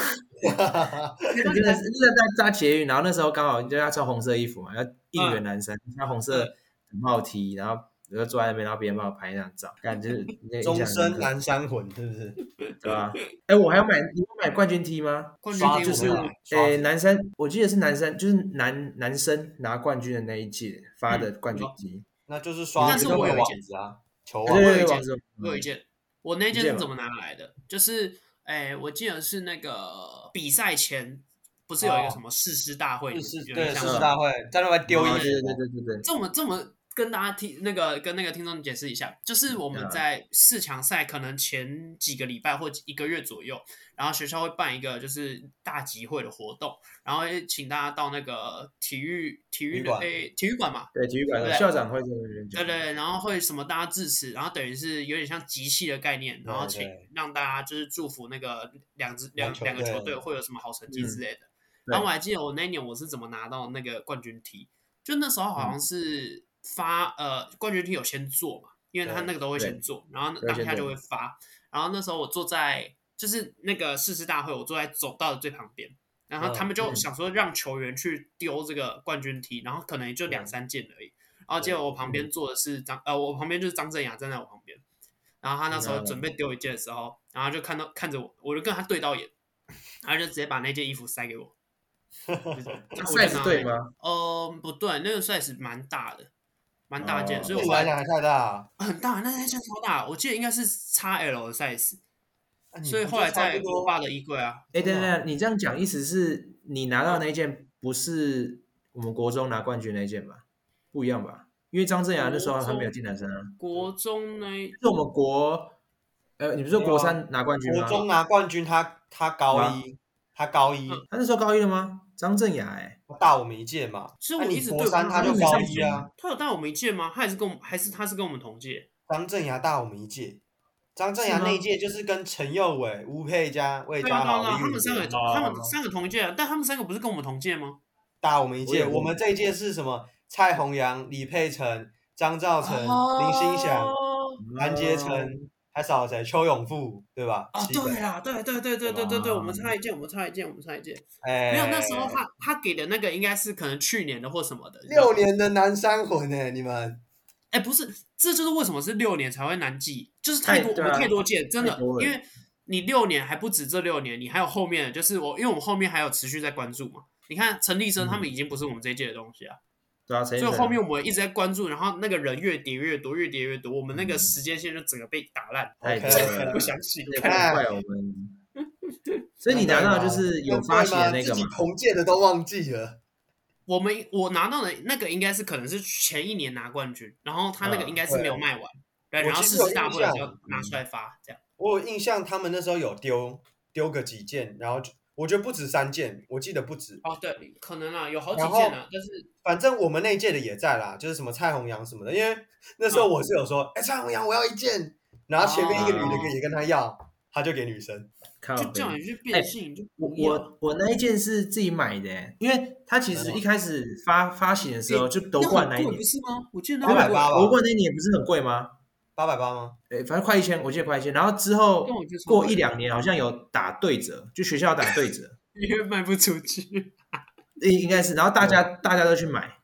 Speaker 3: 真的是就在搭捷运，然后那时候刚好就要穿红色衣服嘛，要应
Speaker 2: 嗯
Speaker 3: 援男生，穿红色帽 T，然后我就坐在那边，然后别人帮我拍一张照，感觉那个 印
Speaker 1: 终
Speaker 3: 象深
Speaker 1: 身
Speaker 3: 刻
Speaker 1: 南山魂是不是？
Speaker 3: 对吧、哎，我还要买，你有买冠军 T 吗？
Speaker 2: 冠军
Speaker 1: 刷
Speaker 2: 厅
Speaker 3: 就
Speaker 2: 我
Speaker 3: 是
Speaker 2: 没有买
Speaker 1: 刷
Speaker 3: 诶，
Speaker 1: 子
Speaker 3: 男生，我记得是男生，就是男男生拿冠军的那一届发的冠军 T，
Speaker 1: 那就是刷
Speaker 2: 但
Speaker 1: 子
Speaker 2: 是
Speaker 1: 跟
Speaker 2: 我有一
Speaker 1: 网
Speaker 2: 件
Speaker 1: 子啊，球
Speaker 3: 对
Speaker 1: 网
Speaker 3: 对
Speaker 2: 我有
Speaker 3: 对，
Speaker 2: 一
Speaker 3: 王
Speaker 2: 件
Speaker 3: 子
Speaker 2: 我有一
Speaker 3: 嗯
Speaker 2: 件，我那件
Speaker 3: 你借
Speaker 2: 是
Speaker 3: 吗
Speaker 2: 怎么拿来的？就是，哎、我记得是那个比赛前，不是有一个
Speaker 1: 哦
Speaker 2: 什么誓师大会？
Speaker 1: 是
Speaker 2: 你
Speaker 1: 是，
Speaker 2: 有
Speaker 1: 对
Speaker 2: 印
Speaker 1: 是
Speaker 2: 象
Speaker 1: 是
Speaker 2: 吗？
Speaker 1: 大会在那边丢
Speaker 3: 啊
Speaker 1: 衣
Speaker 3: 对对对
Speaker 1: 服，
Speaker 3: 对对对，
Speaker 2: 这么这么跟大家听那个跟那个听众解释一下，就是我们
Speaker 3: 嗯
Speaker 2: 在四强赛可能前几个礼拜或一个月左右，然后学校会办一个就是大集会的活动，然后会请大家到那个体育体
Speaker 1: 体
Speaker 2: 育
Speaker 1: 育
Speaker 2: 的
Speaker 1: 馆
Speaker 2: 诶、体育馆嘛，
Speaker 3: 对体育馆的
Speaker 2: 对
Speaker 3: 校长会在那边
Speaker 2: 对，
Speaker 3: 讲
Speaker 2: 对，对然后会什么大家致辞，然后等于是有点像集气的概念，
Speaker 1: 对
Speaker 2: 然后请
Speaker 1: 对
Speaker 2: 让大家就是祝福那个两支
Speaker 1: 两
Speaker 2: 两
Speaker 1: 球
Speaker 2: 两个
Speaker 1: 队
Speaker 2: 球队会有什么好成绩
Speaker 3: 嗯
Speaker 2: 之类的。
Speaker 3: 对
Speaker 2: 然后我还记得我那一年我是怎么拿到那个冠军 T，就那时候
Speaker 3: 嗯
Speaker 2: 好像是发、呃冠军 T 有先做嘛，因为他
Speaker 1: 对
Speaker 2: 那个都会
Speaker 3: 对
Speaker 2: 先做，然后
Speaker 3: 都会
Speaker 2: 当
Speaker 3: 先
Speaker 2: 下就
Speaker 3: 做
Speaker 2: 会发。然后那时候我坐在就是那个誓师大会，我坐在走道的最旁边。然后他们就
Speaker 3: 嗯
Speaker 2: 想说让球员去丢这个冠军 T，然后可能也就两
Speaker 1: 嗯
Speaker 2: 三件而已。然后结果我旁边坐的是张，呃，我旁边就是张镇雅站在我旁边，然后他那时候准备丢一件的时候，然后就看到看着我，我就跟他对到眼，然后就直接把那件衣服塞给我。
Speaker 3: 赛事对
Speaker 2: 吗？
Speaker 3: 吗？
Speaker 2: 呃，不对，那个 size 蛮大的，蛮大件，
Speaker 3: 哦
Speaker 2: 所
Speaker 1: 对
Speaker 2: 以我
Speaker 1: 你
Speaker 2: 后来
Speaker 1: 来讲还太大，啊
Speaker 2: 很大，那那件超大，我记得应该是 XL 的 size，
Speaker 1: 啊
Speaker 2: 所以后来在我爸，的衣柜啊，
Speaker 3: 哎，
Speaker 1: 真
Speaker 3: 等
Speaker 1: 的
Speaker 3: 等等，你这样讲，意思是你拿到那一件不是我们国中拿冠军那一件吧？不一样吧？因为张镇雅那时候还没有进男生啊，
Speaker 1: 嗯
Speaker 2: 国中那一
Speaker 3: 是我们国，呃，你不是说国三拿冠
Speaker 1: 你
Speaker 3: 军
Speaker 1: 不
Speaker 3: 吗
Speaker 1: 就差不多国？中拿冠军，他他高一，他高一，
Speaker 2: 嗯
Speaker 3: 他那时候高一了吗？张镇雅，哎，
Speaker 1: 他大我们一届嘛。
Speaker 2: 其实
Speaker 1: 那
Speaker 2: 我
Speaker 1: 你
Speaker 2: 一直对
Speaker 1: 国三
Speaker 2: 不
Speaker 1: 他
Speaker 2: 太
Speaker 1: 就
Speaker 2: 了
Speaker 1: 高
Speaker 2: 解
Speaker 1: 一啊，
Speaker 2: 他有带我们一届吗？他还是跟我们，还是他是跟我们同届？
Speaker 1: 张镇雅大我们一届。张镇雅
Speaker 2: 是吗
Speaker 1: 那一届就是跟陈佑伟、吴佩嘉、魏
Speaker 2: 对啊，
Speaker 1: 嘉
Speaker 2: 对啊，
Speaker 1: 豪、
Speaker 2: 对啊他
Speaker 1: 林
Speaker 2: 们
Speaker 1: 宇
Speaker 2: 三个，
Speaker 1: 杰
Speaker 2: 他们三个同届啊，但他们三个不是跟我们同届吗？
Speaker 1: 大我们一届。
Speaker 3: 我也
Speaker 1: 我们这一届是什么？蔡
Speaker 2: 哦
Speaker 3: 哦
Speaker 1: 宏洋、李佩成、张兆成、林心祥、韩杰成、还少了谁？邱永富对吧？
Speaker 2: 哦，
Speaker 1: 七个
Speaker 2: 对，啦，对对对对对对对，
Speaker 3: 哇
Speaker 2: 我们差一件，我们差一件，我们差一件。
Speaker 1: 哎，
Speaker 2: 没有，那时候他他给的那个应该是可能去年的或什么的。
Speaker 1: 六，年的南山魂哎，你们
Speaker 2: 哎，不是，这就是为什么是六年才会难记，就是太多
Speaker 3: 太
Speaker 2: 我
Speaker 3: 对啊
Speaker 2: 们太多件，真的
Speaker 3: 太多，了
Speaker 2: 因为你六年还不止这六年，你还有后面的，就是我，因为我们后面还有持续在关注嘛。你看陈立生他们已经不是我们这一届的东西啊，
Speaker 3: 对啊，所
Speaker 2: 所以后面我们一直在关注，然后那个人越叠越多，越叠越多，我们那个时间线就整个被打烂。
Speaker 3: 太多
Speaker 1: OK
Speaker 3: 了
Speaker 2: 不，相信，
Speaker 3: 也不能
Speaker 1: 看
Speaker 3: 怪我们。 所以你拿到就是有发行的那个
Speaker 1: 自己
Speaker 3: 嘛？
Speaker 1: 同届的都忘记了，
Speaker 2: 我们我拿到的那个应该是可能是前一年拿冠军，然后他那个应该是没有卖完，对，
Speaker 1: 嗯我
Speaker 2: 然后
Speaker 1: 其实
Speaker 2: 市
Speaker 1: 有
Speaker 2: 值大
Speaker 1: 印
Speaker 2: 不了
Speaker 1: 象嗯
Speaker 2: 就要拿出来发，这样
Speaker 1: 我有印象他们那时候有丢丢个几件，然后就我觉得不止三件，我记得不止，
Speaker 2: 哦，对，可能啊，有好几
Speaker 1: 然后
Speaker 2: 件啊，但是
Speaker 1: 反正我们那一届的也在啦，就是什么蔡宏洋什么的，因为那
Speaker 3: 嗯
Speaker 1: 时候我是有说，哎、蔡宏洋我要一件，然后前面一个
Speaker 3: 哦
Speaker 1: 女的跟也跟他要，他就给女生，
Speaker 3: 靠
Speaker 2: 就
Speaker 3: 北
Speaker 2: 这样也
Speaker 1: 哎
Speaker 2: 去变性，就
Speaker 3: 我
Speaker 2: 不要
Speaker 3: 我我那一件是自己买的欸，因为它其实一开始发发行的时候就夺
Speaker 2: 嗯那
Speaker 3: 冠
Speaker 2: 很
Speaker 3: 那一
Speaker 2: 贵不
Speaker 3: 年，
Speaker 2: 是吗？我记得那
Speaker 1: 八
Speaker 2: 个
Speaker 1: 百
Speaker 2: 很贵
Speaker 1: 八吧
Speaker 3: 夺冠那一年不是很贵吗？
Speaker 1: 八百八吗？
Speaker 3: 诶，反正快一千，我记得快一千。然后之后
Speaker 2: 但我觉得超
Speaker 3: 过
Speaker 2: 贵
Speaker 3: 一两年好像有打对折，就学校打对折，
Speaker 2: 因为卖不出去，
Speaker 3: 应应该是。然后大家
Speaker 2: 嗯
Speaker 3: 大家都去买，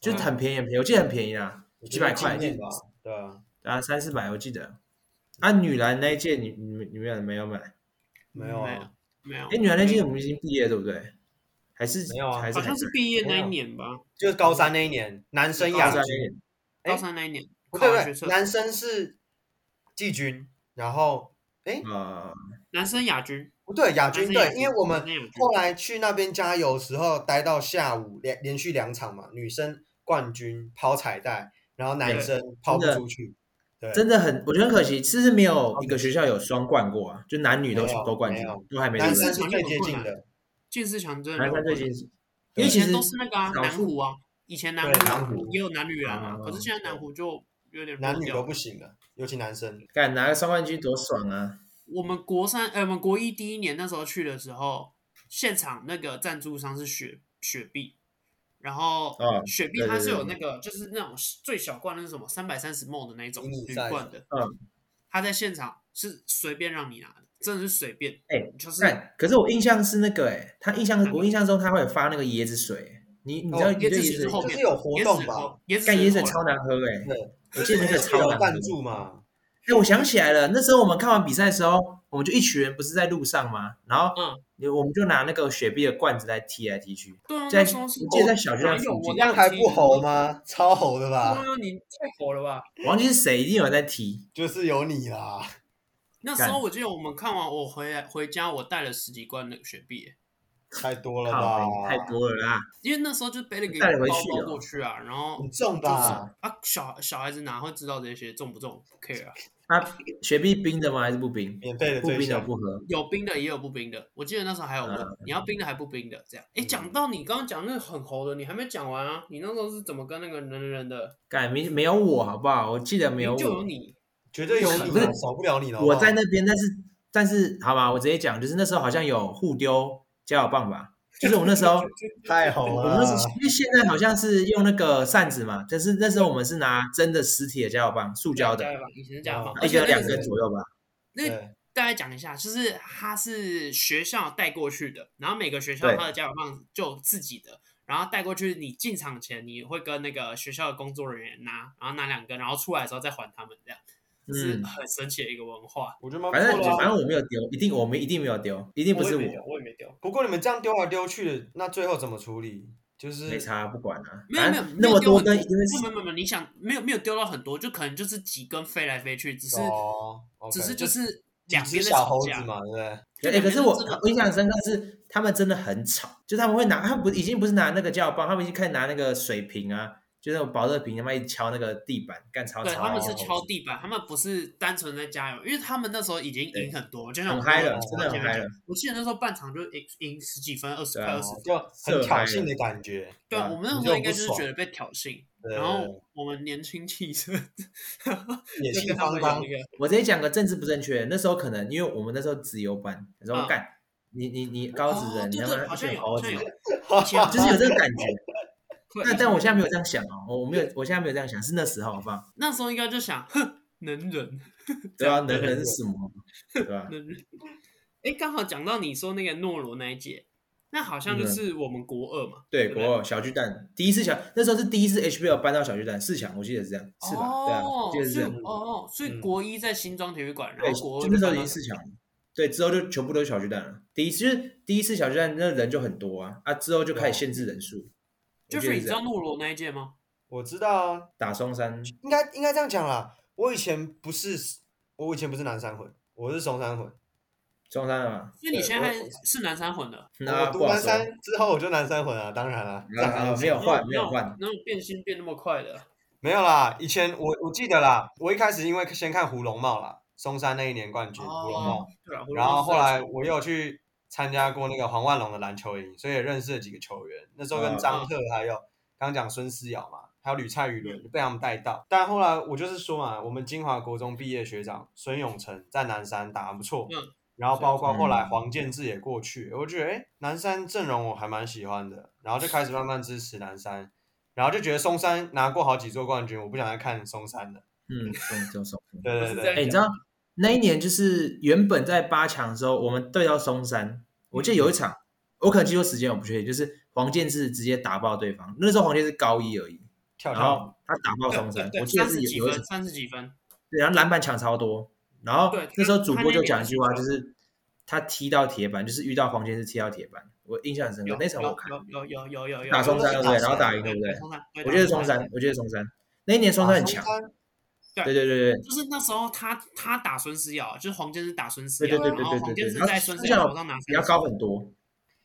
Speaker 3: 就是很便宜很便宜，我记得很便宜啦，几百块
Speaker 1: 我觉得纪念吧，对啊，
Speaker 3: 啊三四百我记得。啊，女篮那一届你你们你们没有买？
Speaker 1: 没有啊，
Speaker 2: 没有，
Speaker 3: 哎，女篮那届我们已经毕业了对不对？还是
Speaker 1: 没有啊
Speaker 3: 还是
Speaker 2: 好像
Speaker 3: 还
Speaker 2: 是毕啊业那一年吧，
Speaker 1: 就是高三那一年，男生亚
Speaker 3: 高三
Speaker 1: 军
Speaker 3: 那，年
Speaker 1: 哎
Speaker 2: 高三那一年，
Speaker 1: 不
Speaker 2: 考
Speaker 1: 对
Speaker 2: 完学
Speaker 1: 不
Speaker 2: 测
Speaker 1: 对，，男生是季军，然后哎
Speaker 3: 啊，
Speaker 2: 男生亚军，
Speaker 1: 不对亚
Speaker 2: 男
Speaker 1: 军
Speaker 2: 生亚
Speaker 1: 对，因为我们
Speaker 3: 嗯
Speaker 2: 男生亚军
Speaker 1: 后来去那边加油时候待到下午连连续两场嘛，女生冠军抛彩带，然后男
Speaker 2: 对
Speaker 1: 生抛不
Speaker 3: 真的
Speaker 1: 出去，对，
Speaker 3: 真的很，我觉得很可惜，其实没有一个学校有双冠过啊，就男女都
Speaker 1: 没有
Speaker 3: 都冠军
Speaker 1: 没有，
Speaker 3: 都还没啊
Speaker 1: 男
Speaker 3: 对不
Speaker 1: 生
Speaker 3: 对
Speaker 1: 是最接近的，
Speaker 2: 近思强真的
Speaker 3: 男
Speaker 2: 有
Speaker 3: 生最
Speaker 2: 过
Speaker 3: 近是，因为
Speaker 2: 以
Speaker 3: 其
Speaker 2: 前
Speaker 3: 实
Speaker 2: 都是那个啊，
Speaker 3: 少
Speaker 2: 南
Speaker 3: 数
Speaker 2: 湖啊，以前南
Speaker 1: 对南
Speaker 2: 湖
Speaker 1: 湖
Speaker 2: 也有男女篮啊，
Speaker 3: 啊
Speaker 2: 可是现在南湖就有点
Speaker 1: 男
Speaker 2: 弱
Speaker 1: 女
Speaker 2: 掉
Speaker 1: 都不行了，尤其男生。
Speaker 3: 敢拿个双冠军多爽啊！
Speaker 2: 我们国三，呃，我们国一第一年那时候去的时候，现场那个赞助商是雪雪碧，然后
Speaker 3: 啊
Speaker 2: 雪碧
Speaker 3: 对
Speaker 2: 它
Speaker 3: 对
Speaker 2: 是
Speaker 3: 对
Speaker 2: 有那个就是那种最小罐的是什么三百三十 ml 的那一种
Speaker 1: 迷你
Speaker 2: 铝
Speaker 1: size
Speaker 2: 罐的，
Speaker 3: 嗯，
Speaker 2: 它在现场是随便让你拿的，真的是随便，
Speaker 3: 哎
Speaker 2: 就是
Speaker 3: 但可是我印象是那个、哎，他印象
Speaker 2: 嗯
Speaker 3: 我印象中他会有发那个椰子水、哎你你知道
Speaker 1: 哦
Speaker 3: 你对
Speaker 2: 椰子
Speaker 3: 椰
Speaker 2: 水
Speaker 3: 子
Speaker 2: 是后
Speaker 3: 水，
Speaker 1: 就
Speaker 2: 面
Speaker 1: 是有活动吧
Speaker 2: 椰子水是后来，椰子
Speaker 3: 干椰
Speaker 2: 水
Speaker 3: 子
Speaker 2: 是
Speaker 3: 水
Speaker 2: 后来
Speaker 3: 超难喝哎、哎、
Speaker 1: 对，
Speaker 3: 我记得那个超
Speaker 1: 有
Speaker 3: 难喝
Speaker 1: 赞助嘛，
Speaker 3: 我想起来了，那时候我们看完比赛的时候，我们就一群人不是在路上吗？然后
Speaker 2: 嗯
Speaker 3: 嗯，我们就拿那个雪碧的罐子来踢来踢去，
Speaker 2: 对啊，
Speaker 3: 在
Speaker 2: 那时候是
Speaker 3: 我记得在小巨蛋
Speaker 2: 哪有
Speaker 3: 附近
Speaker 2: 我
Speaker 1: 这样还不
Speaker 2: 红
Speaker 1: 猴？吗？超猴的吧，
Speaker 2: 对啊，你太火了吧！
Speaker 3: 我忘记是谁，一定有人在 踢。
Speaker 1: 就是有你啦。
Speaker 2: 那时候我记得我们看完，我回来回家，我带了十几罐那个雪碧耶，
Speaker 1: 太多了吧
Speaker 3: 靠，北，太多了啦！
Speaker 2: 因为那时候就背了个
Speaker 3: 带回
Speaker 2: 包
Speaker 3: 去
Speaker 2: 包
Speaker 3: 哦
Speaker 2: 过去啊，然后
Speaker 1: 很重
Speaker 2: 就是
Speaker 1: 吧？
Speaker 2: 啊，小小孩子哪会知道这些重不重？不 care 啊，
Speaker 3: 啊，雪碧冰的吗？还是不冰？
Speaker 1: 免费的
Speaker 3: 不
Speaker 1: 最
Speaker 3: 冰的
Speaker 1: 香，
Speaker 3: 不喝。
Speaker 2: 有冰的也有不冰的。我记得那时候还有问、你要冰的还不冰的这样。哎，讲到你刚刚讲那个很猴的，你还没讲完啊？你那时候是怎么跟那个人人的？
Speaker 3: 干没没有我好不好？我记得没有我，
Speaker 2: 就有你，
Speaker 1: 绝对有你
Speaker 3: 不
Speaker 1: 啦，
Speaker 3: 是
Speaker 1: 少不了你了。好不
Speaker 3: 我
Speaker 1: 好
Speaker 3: 在那边，但是但是好吧，我直接讲，就是那时候好像有互丢加油棒吧，就是我们那时候，
Speaker 1: 太红
Speaker 3: 我
Speaker 1: 了
Speaker 3: 们那时
Speaker 1: 啦
Speaker 3: 候，因为现在好像是用那个扇子嘛，但是那时候我们是拿真的实体的加油棒，塑胶
Speaker 2: 对
Speaker 3: 的，
Speaker 2: 吧？以前是这样放，
Speaker 1: 对
Speaker 2: 而
Speaker 3: 一
Speaker 2: 且
Speaker 3: 个
Speaker 2: 那
Speaker 3: 两
Speaker 2: 个
Speaker 3: 根左右吧。
Speaker 2: 那个
Speaker 1: 对
Speaker 2: 大概讲一下，就是它是学校带过去的，然后每个学校
Speaker 3: 对
Speaker 2: 它的加油棒就有自己的，然后带过去，你进场前你会跟那个学校的工作人员拿，然后拿两根，然后出来的时候再还他们，这样是
Speaker 3: 嗯，
Speaker 2: 很神奇的一个文化。
Speaker 1: 我觉得蛮
Speaker 3: 反正
Speaker 1: 不错
Speaker 3: 反
Speaker 1: 的啊。
Speaker 3: 正我没有丢，一定我们一定没有丢，一定不是
Speaker 2: 我
Speaker 3: 我
Speaker 2: 也没，丢，我也没丢。
Speaker 1: 不过你们这样丢来丢去，那最后怎么处理？就是
Speaker 3: 没差不管啊，
Speaker 2: 没有
Speaker 3: 反
Speaker 2: 没有
Speaker 3: 正
Speaker 2: 没
Speaker 3: 那
Speaker 2: 有
Speaker 3: 么
Speaker 2: 丢
Speaker 3: 多
Speaker 2: 很多，
Speaker 3: 根
Speaker 2: 没
Speaker 3: 一定会死
Speaker 2: 有没有没有，你想没有没有丢到很多，就可能就是几根飞来飞去，只是、
Speaker 1: 哦，OK，
Speaker 2: 只是就是
Speaker 1: 几
Speaker 2: 两
Speaker 1: 只
Speaker 2: 边在
Speaker 1: 小
Speaker 2: 吵
Speaker 1: 猴子
Speaker 2: 架。
Speaker 1: 嘛，对不对？
Speaker 3: 哎、
Speaker 2: 两
Speaker 3: 可
Speaker 2: 边
Speaker 3: 是
Speaker 2: 都
Speaker 3: 我
Speaker 2: 这么
Speaker 3: 我印象很深刻是，他们真的很吵，就他们会拿，他们不已经不是拿那个加油棒，他们已经开始拿那个水瓶啊，就那种保乐瓶，他妈一直敲那个地板，干超
Speaker 2: 对，
Speaker 3: 吵。
Speaker 2: 他们是敲地板，他们不是单纯在加油，因为他们那时候已经赢很多，就像
Speaker 3: 很
Speaker 2: 我
Speaker 3: 嗨
Speaker 2: 刚
Speaker 3: 了
Speaker 2: 刚，
Speaker 3: 真的很
Speaker 2: 讲
Speaker 3: 嗨了。
Speaker 2: 我记得那时候半场就赢赢十几分、二十
Speaker 3: 对啊啊
Speaker 2: 快二十。
Speaker 1: 就很挑衅的感觉。
Speaker 2: 对啊
Speaker 1: 吧
Speaker 2: 我们那
Speaker 1: 你
Speaker 2: 时候应
Speaker 1: 不
Speaker 2: 该就是
Speaker 1: 爽
Speaker 2: 觉得被挑衅，
Speaker 1: 对
Speaker 2: 然后我们年轻气盛，
Speaker 1: 野
Speaker 2: 就
Speaker 1: 性
Speaker 2: 跟他
Speaker 1: 方
Speaker 2: 们
Speaker 1: 刚
Speaker 2: 有一个
Speaker 3: 我直接讲个政治不正确，那时候可能因为我们那时候自由班，那时
Speaker 2: 啊
Speaker 3: 候干、你你你高职
Speaker 2: 哦
Speaker 3: 人，你
Speaker 2: 对
Speaker 3: 他
Speaker 2: 对，好
Speaker 3: 妈
Speaker 2: 像
Speaker 3: 是
Speaker 2: 有，好
Speaker 3: 猴
Speaker 2: 像
Speaker 3: 子
Speaker 2: 有，以前
Speaker 3: 嘛，就是有这个感觉。
Speaker 2: 会
Speaker 3: 但但我现在没有这样想哦，我我没有，我现在没有这样想，是那时候好不好？
Speaker 2: 那时候应该就想，哼，能忍，
Speaker 3: 对啊，能忍什么？对吧、
Speaker 2: 能忍。哎，刚好讲到你说那个诺罗那一届，那好像就是我们国二嘛，
Speaker 3: 嗯对，
Speaker 2: 不
Speaker 3: 国二小巨蛋第一次小，那时候是第一次 HBL 搬到小巨蛋四强，我记得是这样，是吧？对啊，
Speaker 2: 哦
Speaker 3: 我，记得是这
Speaker 2: 所以
Speaker 3: 样。
Speaker 2: 哦哦，所以
Speaker 1: 嗯
Speaker 2: 国一在新庄体育馆，
Speaker 3: 对，
Speaker 2: 然后国
Speaker 3: 就
Speaker 2: 二
Speaker 3: 那时候
Speaker 2: 搬
Speaker 3: 已
Speaker 2: 到
Speaker 3: 经四强了，对，之后就全部都是小巨蛋了。第一次就是第一次小巨蛋，那人就很多啊，啊，之后就开始限制人数。我记得
Speaker 2: Jeffrey，你
Speaker 3: 是
Speaker 2: 知
Speaker 3: 这
Speaker 2: 道
Speaker 3: 样
Speaker 2: 诺罗那一届吗？
Speaker 1: 我知道啊，
Speaker 3: 打松山，
Speaker 1: 应该应该这样讲啦。我以前不是，我以前不是南山混，我是松山混。
Speaker 3: 松山了嘛？
Speaker 2: 所以你现在
Speaker 1: 对
Speaker 2: 是南山混的，
Speaker 1: 我
Speaker 3: 那不
Speaker 1: 读
Speaker 3: 好
Speaker 1: 南
Speaker 3: 说。
Speaker 1: 山之后我就南山混啊，当然啦，这样还
Speaker 3: 啊，
Speaker 1: 有
Speaker 3: 没有换，没有
Speaker 2: 那
Speaker 3: 换
Speaker 2: 种，那种变心变那么快的，
Speaker 1: 没有啦。以前我我记得啦，我一开始因为先看胡龙茂啦，松山那一年冠军胡龙茂，
Speaker 2: 对啊，
Speaker 1: 然后后来我又去参加过那个黄万隆的篮球营，所以也认识了几个球员。那时候
Speaker 2: 嗯
Speaker 1: 跟张特还有刚讲孙思瑶嘛，还有吕蔡宇
Speaker 2: 嗯
Speaker 1: 伦被他们带到。但后来我就是说嘛，我们金华国中毕业学长孙永成在南山打得不错，
Speaker 2: 嗯
Speaker 1: 然后包括后来黄建志也过去，我就觉得哎，南山阵容我还蛮喜欢的，然后就开始慢慢支持南山。然后就觉得松山拿过好几座冠军，我不想再看松山了。
Speaker 3: 嗯，松松松。
Speaker 1: 对
Speaker 2: 不是
Speaker 1: 对
Speaker 2: 这样
Speaker 1: 对，
Speaker 3: 哎，你知道那一年就是原本在八强的时候，我们对到松山，我记得
Speaker 2: 嗯
Speaker 3: 有一场，我可能记错时间，我不确定，就是黄健志直接打爆对方。那时候黄健志高一而已，
Speaker 1: 跳
Speaker 3: 然
Speaker 1: 跳
Speaker 3: 后他打爆松山，我记得
Speaker 2: 三
Speaker 3: 是
Speaker 2: 十几
Speaker 3: 有有一
Speaker 2: 分，三十几分，
Speaker 3: 对，然后篮板抢超多，然后
Speaker 2: 对
Speaker 3: 那时候
Speaker 2: 他
Speaker 3: 主
Speaker 2: 他
Speaker 3: 播
Speaker 2: 那
Speaker 3: 就
Speaker 2: 年
Speaker 3: 讲一
Speaker 2: 是
Speaker 3: 句话，
Speaker 2: 这
Speaker 3: 就
Speaker 2: 样
Speaker 3: 是他踢到铁板，就是遇到黄健是踢到铁板，我印象很深刻
Speaker 2: 有。
Speaker 3: 那场我看，
Speaker 2: 有有有有有有
Speaker 3: 打松山对不对？
Speaker 1: 打松山
Speaker 3: 然后打赢对
Speaker 2: 对
Speaker 3: 不对？
Speaker 2: 松山，对
Speaker 3: 我觉得是
Speaker 2: 打
Speaker 3: 松山，我觉得是松山那一年松山很强
Speaker 1: 啊，松
Speaker 2: 山
Speaker 3: 对对对对
Speaker 2: 就是那时候他他打孙思瑶，就是黄健是打孙思瑶，
Speaker 3: 对对对
Speaker 2: 然
Speaker 3: 对
Speaker 2: 后
Speaker 3: 对
Speaker 2: 黄
Speaker 3: 对
Speaker 2: 健
Speaker 3: 对
Speaker 2: 是
Speaker 3: 然后
Speaker 2: 在孙思
Speaker 3: 孙思
Speaker 2: 瑶
Speaker 3: 瑶
Speaker 2: 头上拿
Speaker 3: 比他高很多。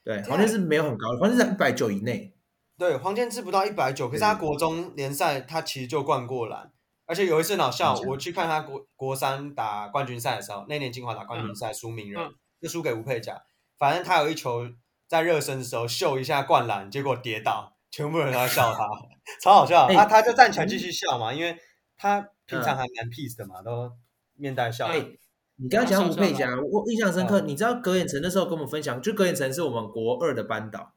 Speaker 3: 对，黄健是没有很高，黄健是一百九以内。
Speaker 1: 对，黄健志不到一百九，可是他国中联赛他其实就冠过篮，而且有一次很好笑，
Speaker 3: 很强
Speaker 1: 我去看他国国三打冠军赛的时候，那年金华打冠军赛输名人，
Speaker 2: 嗯
Speaker 1: 就输给吴佩嘉，反正他有一球在热身的时候秀一下灌篮，结果跌倒，全部人都在笑他， 超好笑。啊
Speaker 3: 哎嗯
Speaker 1: 他他就站起来继续笑嘛，因为他平常还蛮 peace 的嘛，都面带笑容。
Speaker 2: 哎
Speaker 3: 你刚刚讲吴佩
Speaker 2: 啊
Speaker 3: 嘉，我我印象深刻。你知道葛远成那时候跟我们分享，就葛远成是我们国二的班导，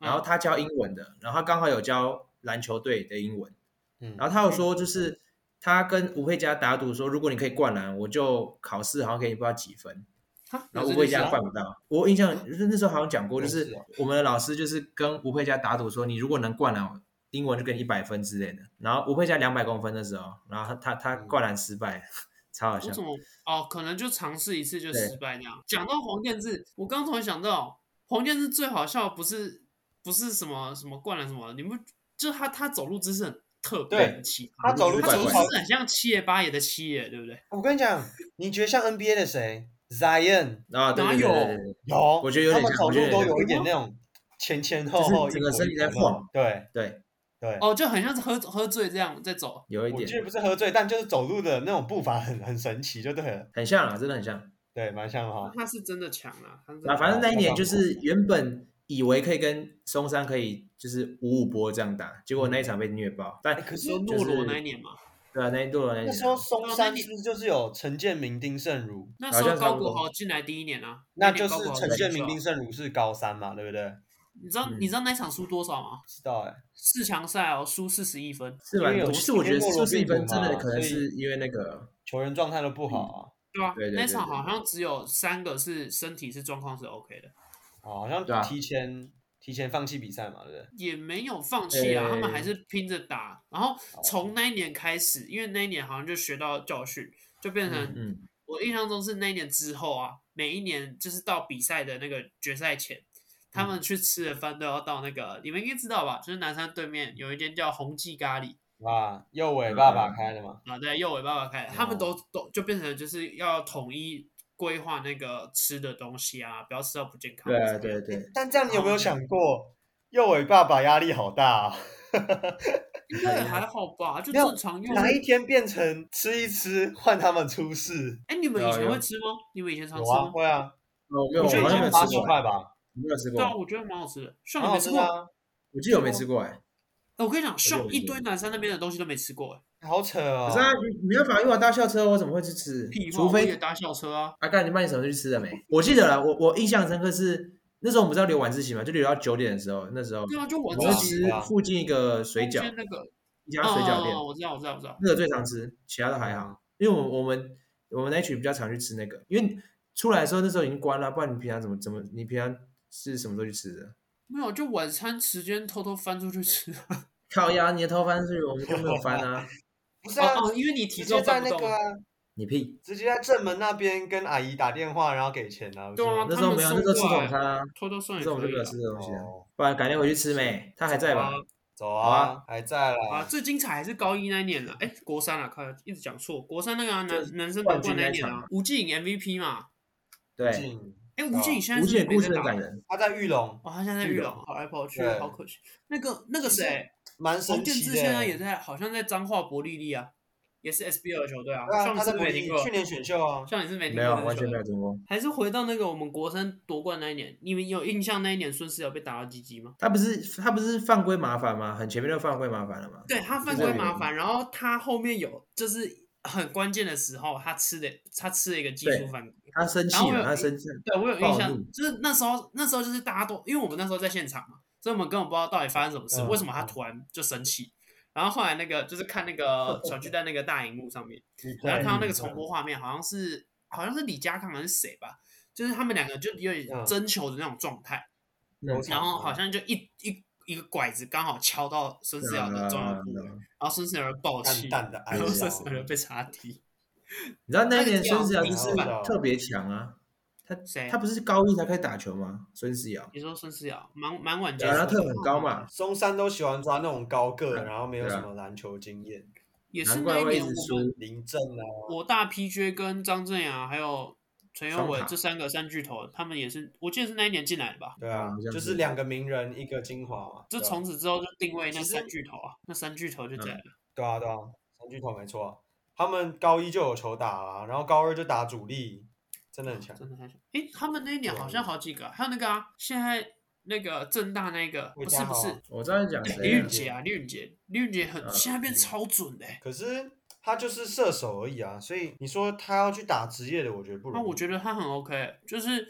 Speaker 3: 然后他教英文的，然后他刚好有教篮球队的英文。
Speaker 1: 嗯，
Speaker 3: 然后他有说，就是他跟吴佩嘉打赌说，如果你可以灌篮，我就考试好像给你不知道几分。
Speaker 2: 他
Speaker 3: 然后吴佩嘉
Speaker 2: 冠，
Speaker 3: 灌不到，我印象就是那时候好像讲过，
Speaker 1: 哦
Speaker 3: 就是
Speaker 1: 是哦
Speaker 3: 我们的老师就是跟吴佩嘉打赌说，你如果能灌篮，我英文就给你一百分之类的。然后吴佩嘉两百公分的时候，然后他他他灌篮失败， 超好
Speaker 2: 我
Speaker 3: 笑
Speaker 2: 怎。么哦？可能就尝试一次就
Speaker 3: 对
Speaker 2: 失败那样。讲到黄健志，我刚突然想到，黄健志最好笑不是不是什么什么灌篮什么的，你们就是他他走路姿势很特别，
Speaker 1: 对
Speaker 2: 很奇葩。
Speaker 1: 他走路
Speaker 2: 他走路
Speaker 1: 怪怪的
Speaker 2: 姿势很像七爷八爷的七爷，对不对？
Speaker 1: 我跟你讲，你觉得像 NBA 的谁？Zion
Speaker 3: 啊，对对对对对对
Speaker 1: 有，
Speaker 3: 我觉得有点
Speaker 1: 他们
Speaker 3: 像
Speaker 1: 走
Speaker 3: 我觉得
Speaker 1: 路
Speaker 3: 有
Speaker 1: 都
Speaker 3: 点
Speaker 1: 有一点
Speaker 2: 像
Speaker 1: 那种前前后后，
Speaker 3: 就是整个
Speaker 1: 一
Speaker 3: 身体在
Speaker 1: 左一左
Speaker 3: 晃
Speaker 1: 对
Speaker 3: 对，
Speaker 1: 对，
Speaker 2: 哦，就很像是喝喝醉这样在走。
Speaker 3: 有一
Speaker 1: 我记
Speaker 3: 点
Speaker 1: 得不是喝醉，但就是走路的那种步伐很很神奇，就对了，
Speaker 3: 很像啊，真的很像。
Speaker 1: 对，蛮像的哈。
Speaker 2: 哦他是真的强啊！他是真
Speaker 3: 啊，
Speaker 2: 的
Speaker 3: 反正那一年就是原本以为可以跟松山可以就是五五波这样打，结果那一场被虐爆。但
Speaker 1: 哎可是
Speaker 2: 说
Speaker 3: 就
Speaker 2: 诺
Speaker 3: 是
Speaker 2: 罗那一年嘛，
Speaker 3: 对啊，那一度那
Speaker 1: 那
Speaker 3: 一场
Speaker 1: 时候松山是不是就是有陈建明、丁胜儒？
Speaker 2: 那
Speaker 3: 好
Speaker 2: 时候
Speaker 3: 像差
Speaker 2: 高
Speaker 3: 不多
Speaker 2: 国豪进来第一年啊，
Speaker 1: 那
Speaker 2: 一
Speaker 1: 就
Speaker 2: 年高
Speaker 1: 是
Speaker 2: 国豪
Speaker 1: 陈
Speaker 2: 进
Speaker 1: 建
Speaker 2: 去
Speaker 1: 明、
Speaker 2: 啊
Speaker 1: 丁胜儒是高三嘛，对不对？不
Speaker 2: 你知道
Speaker 3: 嗯
Speaker 2: 你知道那场输多少吗？
Speaker 1: 知道哎，
Speaker 2: 四强赛哦，输四十一分。
Speaker 3: 是吧
Speaker 1: 因为？有
Speaker 3: 其实我觉得四十一分真的可能
Speaker 1: 所
Speaker 3: 是因为那个，
Speaker 1: 球员状态都不
Speaker 3: 嗯
Speaker 1: 好
Speaker 2: 对啊，
Speaker 3: 对对对
Speaker 2: 那场
Speaker 3: 对
Speaker 2: 好像只有三个是身体是状况是 OK 的，
Speaker 1: 啊，哦好像
Speaker 3: 对啊
Speaker 1: 提前提前放弃比赛嘛，对不对？
Speaker 2: 也没有放弃啊，
Speaker 3: 诶
Speaker 2: 他们还是拼着打。然后从那一年开始，因为那一年好像就学到教训，就变成
Speaker 3: 嗯，
Speaker 2: 我印象中是那一年之后啊，每一年就是到比赛的那个决赛前，他
Speaker 3: 嗯
Speaker 2: 们去吃的饭都要到那个，你们应该知道吧？就是南山对面有一间叫红记咖喱
Speaker 1: 啊，右尾爸爸
Speaker 3: 嗯
Speaker 1: 开的嘛，
Speaker 2: 啊，对，右尾爸爸开的，他们
Speaker 3: 哦
Speaker 2: 都都就变成就是要统一规划那个吃的东西啊，不要吃到不健康。
Speaker 3: 对啊，对。对，
Speaker 1: 但这样你有没有想过，右尾爸爸压力好大啊？
Speaker 2: 应该也还好吧，就
Speaker 1: 没有
Speaker 2: 正常用。
Speaker 1: 哪一天变成吃一吃换他们出事？
Speaker 2: 哎，你们
Speaker 3: 有
Speaker 2: 以
Speaker 3: 啊
Speaker 2: 前
Speaker 3: 有
Speaker 2: 会吃吗？你们以前常
Speaker 1: 有
Speaker 2: 吃
Speaker 1: 啊，
Speaker 2: 吗？
Speaker 1: 会啊，
Speaker 3: 我没有，
Speaker 2: 我
Speaker 3: 我
Speaker 2: 觉得
Speaker 3: 好像没有
Speaker 1: 八
Speaker 3: 吃
Speaker 1: 九
Speaker 3: 过，
Speaker 1: 块吧，
Speaker 3: 我没有吃
Speaker 2: 对啊，
Speaker 3: 过，哦
Speaker 2: 我觉得蛮好吃的。像
Speaker 1: 蛮
Speaker 2: 你
Speaker 1: 好
Speaker 2: 没
Speaker 1: 吃
Speaker 2: 吃
Speaker 1: 的
Speaker 2: 过？
Speaker 1: 啊，
Speaker 3: 我记得我没吃过哎，
Speaker 2: 哎我跟你讲，
Speaker 3: 觉得
Speaker 2: 像
Speaker 3: 没
Speaker 2: 一
Speaker 3: 吃
Speaker 2: 堆
Speaker 3: 过
Speaker 2: 南山那边的东西都没吃过，哎，
Speaker 1: 好扯哦
Speaker 3: 可是。啊，你没办法，因为我搭校车，我怎么会去吃
Speaker 2: 屁？话，
Speaker 3: 除
Speaker 2: 我也
Speaker 3: 非
Speaker 2: 搭校车啊。
Speaker 3: 阿干，你卖你什么去吃了没？我记得了，我我印象深刻是那时候我们不是要留晚自习嘛，就留到九点的时候，那时候
Speaker 2: 对啊，就我
Speaker 3: 我
Speaker 2: 自
Speaker 3: 们
Speaker 1: 哇
Speaker 3: 是
Speaker 2: 己
Speaker 3: 吃附近一个水
Speaker 2: 中
Speaker 3: 饺
Speaker 2: 间，那个哦
Speaker 3: 一家水饺店
Speaker 2: 哦，我知道，我知道，我知道。
Speaker 3: 那个最常吃，其他的还好。因为我我们我们那一群比较常去吃那个，因为出来的时候那时候已经关了，不然你平常怎么怎么你平常是什么时候去吃的？
Speaker 2: 没有，就晚餐时间偷偷翻出去吃。
Speaker 3: 烤鸭，你的头翻是我们都没有翻啊，
Speaker 1: 不是啊，
Speaker 2: 哦哦，因为你体
Speaker 1: 直
Speaker 2: 重
Speaker 1: 接在
Speaker 2: 搬不
Speaker 1: 那
Speaker 2: 动
Speaker 1: 个、啊
Speaker 2: 啊。，
Speaker 3: 你屁！
Speaker 1: 直接在正门那边跟阿姨打电话，然后给钱啊。不是
Speaker 2: 对啊
Speaker 1: 吗
Speaker 3: 那时候没有，那时候吃
Speaker 2: 他们送过
Speaker 3: 统
Speaker 2: 来
Speaker 3: 餐啊，
Speaker 2: 偷偷算
Speaker 3: 那
Speaker 2: 也
Speaker 3: 时候我
Speaker 2: 可以
Speaker 3: 们就没有
Speaker 2: 啊
Speaker 3: 吃这种东西啊
Speaker 1: 哦。
Speaker 3: 不然改天回去吃没？他还在吧
Speaker 2: 好？啊
Speaker 1: 走
Speaker 3: 好啊
Speaker 1: 啊，还在
Speaker 2: 好啊，
Speaker 1: 啦。
Speaker 2: 最精彩还是高一那一年了，哎，国三啊，靠，一直讲错，国三那个啊，男男生夺冠那一年
Speaker 3: 冠军那一
Speaker 2: 啊，吴敬颖 MVP 嘛，
Speaker 3: 对，
Speaker 1: 进，
Speaker 2: 哎，吴敬颖现在
Speaker 3: 哦吴
Speaker 2: 是
Speaker 3: 健
Speaker 2: 没
Speaker 3: 故
Speaker 2: 在
Speaker 3: 事很
Speaker 2: 打
Speaker 3: 感人，
Speaker 1: 他在玉龙，
Speaker 2: 哦，他现在在
Speaker 3: 玉
Speaker 2: 玉
Speaker 3: 龙
Speaker 2: 龙，跑来跑去，
Speaker 1: 对
Speaker 2: 好可惜。那个那个
Speaker 1: 其实
Speaker 2: 谁，
Speaker 1: 蛮神
Speaker 2: 洪建
Speaker 1: 奇
Speaker 2: 志
Speaker 1: 的。
Speaker 2: 现在也在，好像在彰化伯利利啊，也是 SBL 的球队啊。
Speaker 1: 对啊，
Speaker 2: 像你
Speaker 1: 他在
Speaker 2: 是
Speaker 1: 国
Speaker 2: 没听
Speaker 1: 立
Speaker 2: 过，
Speaker 1: 去年选秀啊，
Speaker 2: 像你是没听
Speaker 3: 没
Speaker 2: 过
Speaker 3: 有
Speaker 2: 这个
Speaker 3: 完
Speaker 2: 球
Speaker 3: 全没
Speaker 2: 队
Speaker 3: 有。听过。
Speaker 2: 还是回到那个我们国三夺冠那一年，你们有印象那一年孙思瑶被打到鸡鸡吗？
Speaker 3: 他不是他不是犯规麻烦吗？很前面就犯规麻烦了吗？
Speaker 2: 对他犯规麻烦，然后他后面有就是很关键的时候，他吃的他吃了一个技术
Speaker 3: 对
Speaker 2: 犯规。
Speaker 3: 他生气
Speaker 2: 然后我
Speaker 3: 了，
Speaker 2: 有
Speaker 3: 他生气了。
Speaker 2: 对我有印
Speaker 3: 暴
Speaker 2: 象
Speaker 3: 怒，
Speaker 2: 就是那时候那时候就是大家都因为我们那时候在现场嘛，所以我们根本不知道到底发生什么事，
Speaker 1: 嗯
Speaker 2: 为什么他
Speaker 1: 嗯
Speaker 2: 突然就生气。然后后来那个就是看那个小巨蛋那个大荧幕上面，
Speaker 3: 啊
Speaker 2: 然啊后看到
Speaker 1: 嗯
Speaker 2: 那个重播画面，好像是好像是李佳康还是谁吧，就是他们两个就有点
Speaker 1: 嗯
Speaker 2: 争球的那种状态，
Speaker 1: 啊
Speaker 3: 嗯
Speaker 2: 然后好像就一一一个拐子刚好敲到孙思瑶的重要部
Speaker 3: 嗯
Speaker 2: 位，然后孙思瑶就爆气
Speaker 1: 淡，淡的哀
Speaker 2: 然后孙思瑶就
Speaker 1: 伤。
Speaker 2: 被插踢。
Speaker 3: 你知道那一年孙思瑶就是
Speaker 1: 那个叫
Speaker 3: 特别强啊，他
Speaker 2: 谁
Speaker 3: 他不是高一才开始打球吗？孙思瑶，
Speaker 2: 你说孙思瑶蛮蛮晚接
Speaker 3: 然后啊他
Speaker 2: 触
Speaker 3: 特
Speaker 2: 的
Speaker 3: 很高嘛，
Speaker 1: 中山都喜欢抓那种高个，
Speaker 3: 嗯
Speaker 1: 然后没有
Speaker 3: 对啊
Speaker 1: 什么篮球经验，
Speaker 2: 也是
Speaker 3: 难怪
Speaker 2: 那一
Speaker 3: 会一
Speaker 2: 年我
Speaker 3: 直
Speaker 2: 们
Speaker 3: 输。
Speaker 1: 林振啊，
Speaker 2: 我大 PJ 跟张镇阳还有陈宥
Speaker 3: 双
Speaker 2: 伟
Speaker 3: 塔
Speaker 2: 这三个三巨头，他们也是，我记得是那一年进来的吧？
Speaker 1: 对啊
Speaker 3: 嗯好，像
Speaker 1: 就是
Speaker 3: 是
Speaker 1: 两个名人一个精华嘛。
Speaker 2: 就
Speaker 1: 对啊
Speaker 2: 从此之后就定位那
Speaker 1: 其实
Speaker 2: 三巨头啊，那三巨头就
Speaker 3: 嗯
Speaker 2: 在了。
Speaker 1: 对啊对啊，三巨头没错啊，他们高一就有球打啊，然后高二就打主力，真的很强。
Speaker 2: 真的太强！哎，他们那一年好像好几个啊，还有那个啊，现在那个正大那个
Speaker 1: 魏
Speaker 2: 不
Speaker 1: 佳
Speaker 2: 是不
Speaker 1: 豪啊
Speaker 2: 是
Speaker 3: 我知道你讲
Speaker 2: 李
Speaker 3: 谁
Speaker 2: 允
Speaker 3: 啊，
Speaker 2: 杰啊，李允杰，李允杰很
Speaker 3: 嗯
Speaker 2: 现在变超准的欸。
Speaker 1: 可是他就是射手而已啊，所以你说他要去打职业的，我觉得不容
Speaker 2: 那
Speaker 1: 易。
Speaker 2: 我觉得他很 OK，就是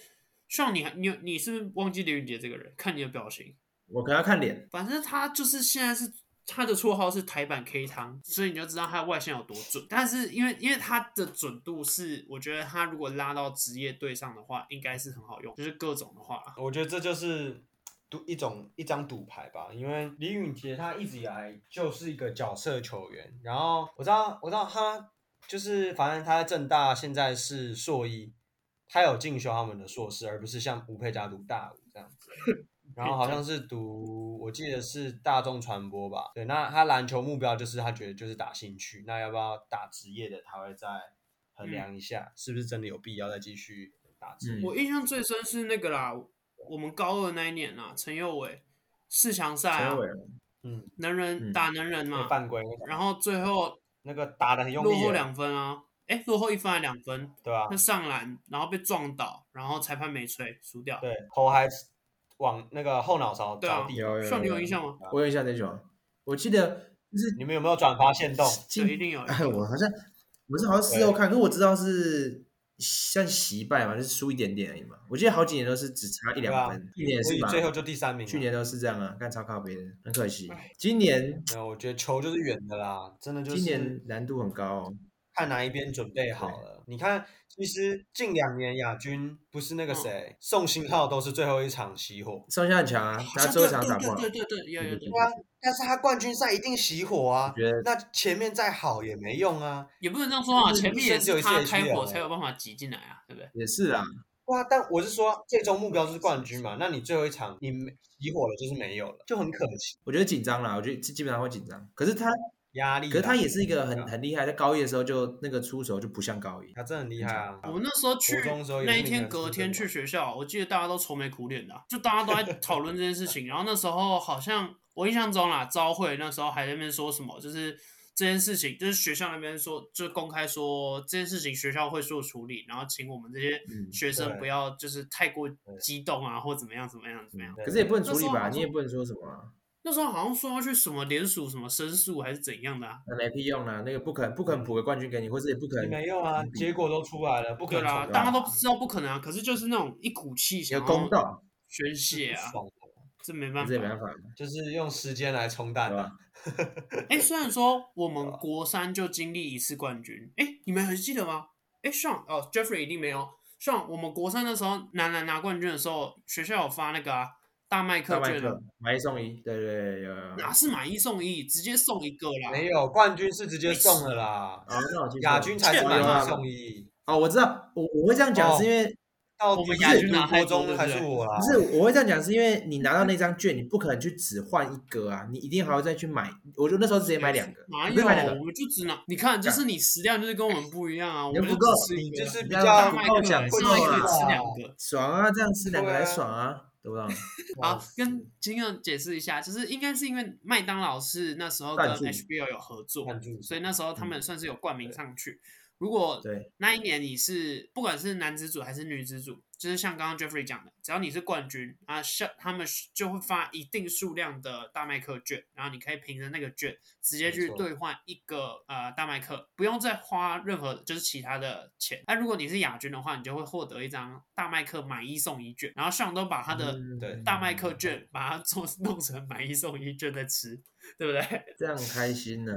Speaker 2: 像你，你你是不是忘记李允杰这个人？看你的表情，
Speaker 3: 我给他看脸，
Speaker 2: 反正他就是现在是他的绰号是台版 K 汤，所以你就知道他的外线有多准。但是因为因为他的准度是，我觉得他如果拉到职业队上的话，应该是很好用，就是各种的话啊。
Speaker 1: 我觉得这就是赌一种一张赌牌吧，因为李允杰他一直以来就是一个角色球员，然后我知道我知道他就是反正他在正大现在是硕一，他有进修他们的硕士，而不是像吴佩嘉读大五这样子。然后好像是读，我记得是大众传播吧。对，那他篮球目标就是他觉得就是打兴趣，那要不要打职业的，他会再衡量一下，是不是真的有必要再继续打职业。
Speaker 3: 嗯
Speaker 2: 我印象最深是那个啦，我们高二那一年啊，陈佑伟四强赛
Speaker 3: 陈
Speaker 2: 啊
Speaker 3: 伟，伟，
Speaker 1: 嗯，
Speaker 2: 能人、
Speaker 3: 嗯
Speaker 2: 打能人嘛，
Speaker 1: 犯规那个
Speaker 2: 然后最后
Speaker 1: 那个打的很用力
Speaker 2: 落
Speaker 1: 耶，啊
Speaker 2: 后两分啊，哎，落后一分还两分，
Speaker 1: 对吧、
Speaker 2: 他上篮然后被撞倒，然后裁判没吹，输掉。
Speaker 1: 对，头还往那个后脑勺
Speaker 2: 对啊
Speaker 1: 着地。
Speaker 3: 有有
Speaker 2: 像你有
Speaker 3: 有
Speaker 2: 印象吗？
Speaker 3: 我有印象这球啊，我记得就是
Speaker 1: 你们有没有转发现动？
Speaker 3: 今
Speaker 2: 对，一定有。
Speaker 3: 哎，我好像我是好像事后看，可是我知道是像惜败嘛，就是输一点点而已嘛。我记得好几年都是只差一
Speaker 1: 对
Speaker 3: 两
Speaker 1: 啊
Speaker 3: 分，去年也
Speaker 1: 所
Speaker 3: 是
Speaker 1: 以
Speaker 3: 嘛，
Speaker 1: 最后就第三名了。
Speaker 3: 去年都是这样啊，干超靠别人，很可惜
Speaker 2: 哎。
Speaker 3: 今年
Speaker 1: 没有，我觉得球就是远的啦，真的就是
Speaker 3: 今年难度很高、哦，
Speaker 1: 看哪一边准备好了。你看，其实近两年亚军不是那个谁、宋新浩都是最后一场熄火，
Speaker 3: 上下很强啊，
Speaker 2: 好
Speaker 3: 他
Speaker 2: 像
Speaker 3: 最
Speaker 2: 对
Speaker 3: 后一场打不好，
Speaker 2: 对对对对，有有
Speaker 3: 对
Speaker 2: 有，
Speaker 1: 啊，但是他冠军赛一定熄火啊
Speaker 3: 我。觉得
Speaker 1: 那前面再好也没用啊。
Speaker 2: 也不能这样说啊，
Speaker 1: 就是
Speaker 2: 前面也是他开火
Speaker 1: 就是
Speaker 2: 才有办法挤进来啊，对不对？
Speaker 3: 也是啊。
Speaker 1: 哇，但我是说最终目标就是冠军嘛。那你最后一场你没熄火了，就是没有了，就很可惜，
Speaker 3: 我觉得紧张啦，我觉得基基本上会紧张。可是他，
Speaker 1: 压力啦。
Speaker 3: 可是他也是一个很
Speaker 1: 啊
Speaker 3: 很厉害，在高一的时候就那个出手就不像高一，
Speaker 1: 他真的很厉害啊！
Speaker 2: 我那时候去
Speaker 1: 国中的时候也是
Speaker 2: 那一
Speaker 1: 那个啊
Speaker 2: 天，隔天去学校，我记得大家都愁眉苦脸的啊、就大家都在讨论这件事情。然后那时候好像我印象中啦，招会那时候还在那边说什么，就是这件事情，就是学校那边说，就公开说这件事情学校会做处理，然后请我们这些
Speaker 3: 嗯
Speaker 2: 学生
Speaker 1: 对
Speaker 2: 不要就是太过激动啊，或怎么样怎么样怎么样。
Speaker 1: 对
Speaker 3: 可是也不能处理
Speaker 2: 那时候好
Speaker 3: 吧，
Speaker 2: 像
Speaker 3: 你也不能说什么、啊，
Speaker 2: 那时候好像说要去什么联署什么申诉还是怎样的啊？
Speaker 3: 那没屁用啦、那个不肯不肯补个冠军给你，或者也不
Speaker 1: 你
Speaker 3: 肯
Speaker 1: 没用啊，结果都出来了，不可
Speaker 2: 对
Speaker 1: 能啊
Speaker 2: 啦，
Speaker 1: 重来
Speaker 2: 啊大家都知道不可能啊，可是就是那种一股气
Speaker 3: 有
Speaker 2: 想要
Speaker 3: 公道。
Speaker 2: 宣泄啊，
Speaker 1: 爽的
Speaker 2: 这没办法
Speaker 3: 这。没办法，
Speaker 1: 就是用时间来冲淡
Speaker 3: 对啊
Speaker 1: 的
Speaker 3: 吧。？
Speaker 2: 哎、虽然说我们国三就经历一次冠军，哎、你们还记得吗？哎、上哦，Jeffrey 一定没有。上我们国三的时候，男篮拿冠军的时候，学校有发那个、啊、大麦克
Speaker 3: 大麦
Speaker 2: 券啊
Speaker 3: 克，买一送一，对对对，有有有。
Speaker 1: 啊
Speaker 2: 哪是买一送一，直接送一个啦。
Speaker 1: 没有冠军是直接送的啦，
Speaker 3: 啊，那我记错了啊
Speaker 1: 亚军才是买
Speaker 2: 啊
Speaker 1: 一哦送一。
Speaker 3: 哦，我知道，我我会这样讲是因为、
Speaker 1: 到
Speaker 2: 我们
Speaker 1: 底
Speaker 2: 亚军
Speaker 1: 是
Speaker 2: 拿太
Speaker 1: 国
Speaker 2: 多
Speaker 1: 中
Speaker 2: 对不
Speaker 1: 还是
Speaker 2: 对
Speaker 1: 我啦
Speaker 3: 不？是啊我会这样讲是因为你拿到那张券，你不可能去只换一个啊，你一定还要再去买。我就那时候直接买两个，
Speaker 2: 哪
Speaker 3: 你不
Speaker 2: 有？
Speaker 3: 是买两个，
Speaker 2: 我们就只拿，你看，就是你食量就是跟我们不一样啊，我
Speaker 3: 你
Speaker 2: 们
Speaker 3: 不
Speaker 2: 就
Speaker 3: 够
Speaker 2: 只吃
Speaker 1: 你
Speaker 2: 一个
Speaker 1: 就
Speaker 2: 啊
Speaker 1: 是比
Speaker 3: 不要
Speaker 1: 较
Speaker 2: 大
Speaker 3: 不
Speaker 2: 麦
Speaker 3: 够
Speaker 2: 克
Speaker 3: 讲
Speaker 2: 上一
Speaker 1: 会
Speaker 3: 究
Speaker 2: 个
Speaker 3: 啊
Speaker 2: 吃两个。
Speaker 3: 爽啊，这样吃两个
Speaker 1: 对啊
Speaker 3: 还爽啊，懂不懂？
Speaker 1: 哇
Speaker 2: 好，跟金佑解释一下，就是应该是因为麦当劳是那时候跟
Speaker 3: 赞助
Speaker 2: HBO 有合作，
Speaker 1: 赞助
Speaker 2: 所以那时候他们算是有冠名上去。如果
Speaker 3: 对，
Speaker 2: 那一年你是不管是男子组还是女子组，就是像刚刚 Jeffrey 讲的，只要你是冠军啊，像他们就会发一定数量的大麦克券，然后你可以凭着那个券直接
Speaker 1: 没
Speaker 2: 去
Speaker 1: 错
Speaker 2: 兑换一个呃大麦克，不用再花任何就是其他的钱。那、如果你是亚军的话，你就会获得一张大麦克买一送一券，然后上都把他的
Speaker 3: 嗯
Speaker 1: 对
Speaker 2: 大麦克券把它做弄成买一送一券再吃，对不对？
Speaker 3: 这样开心呢、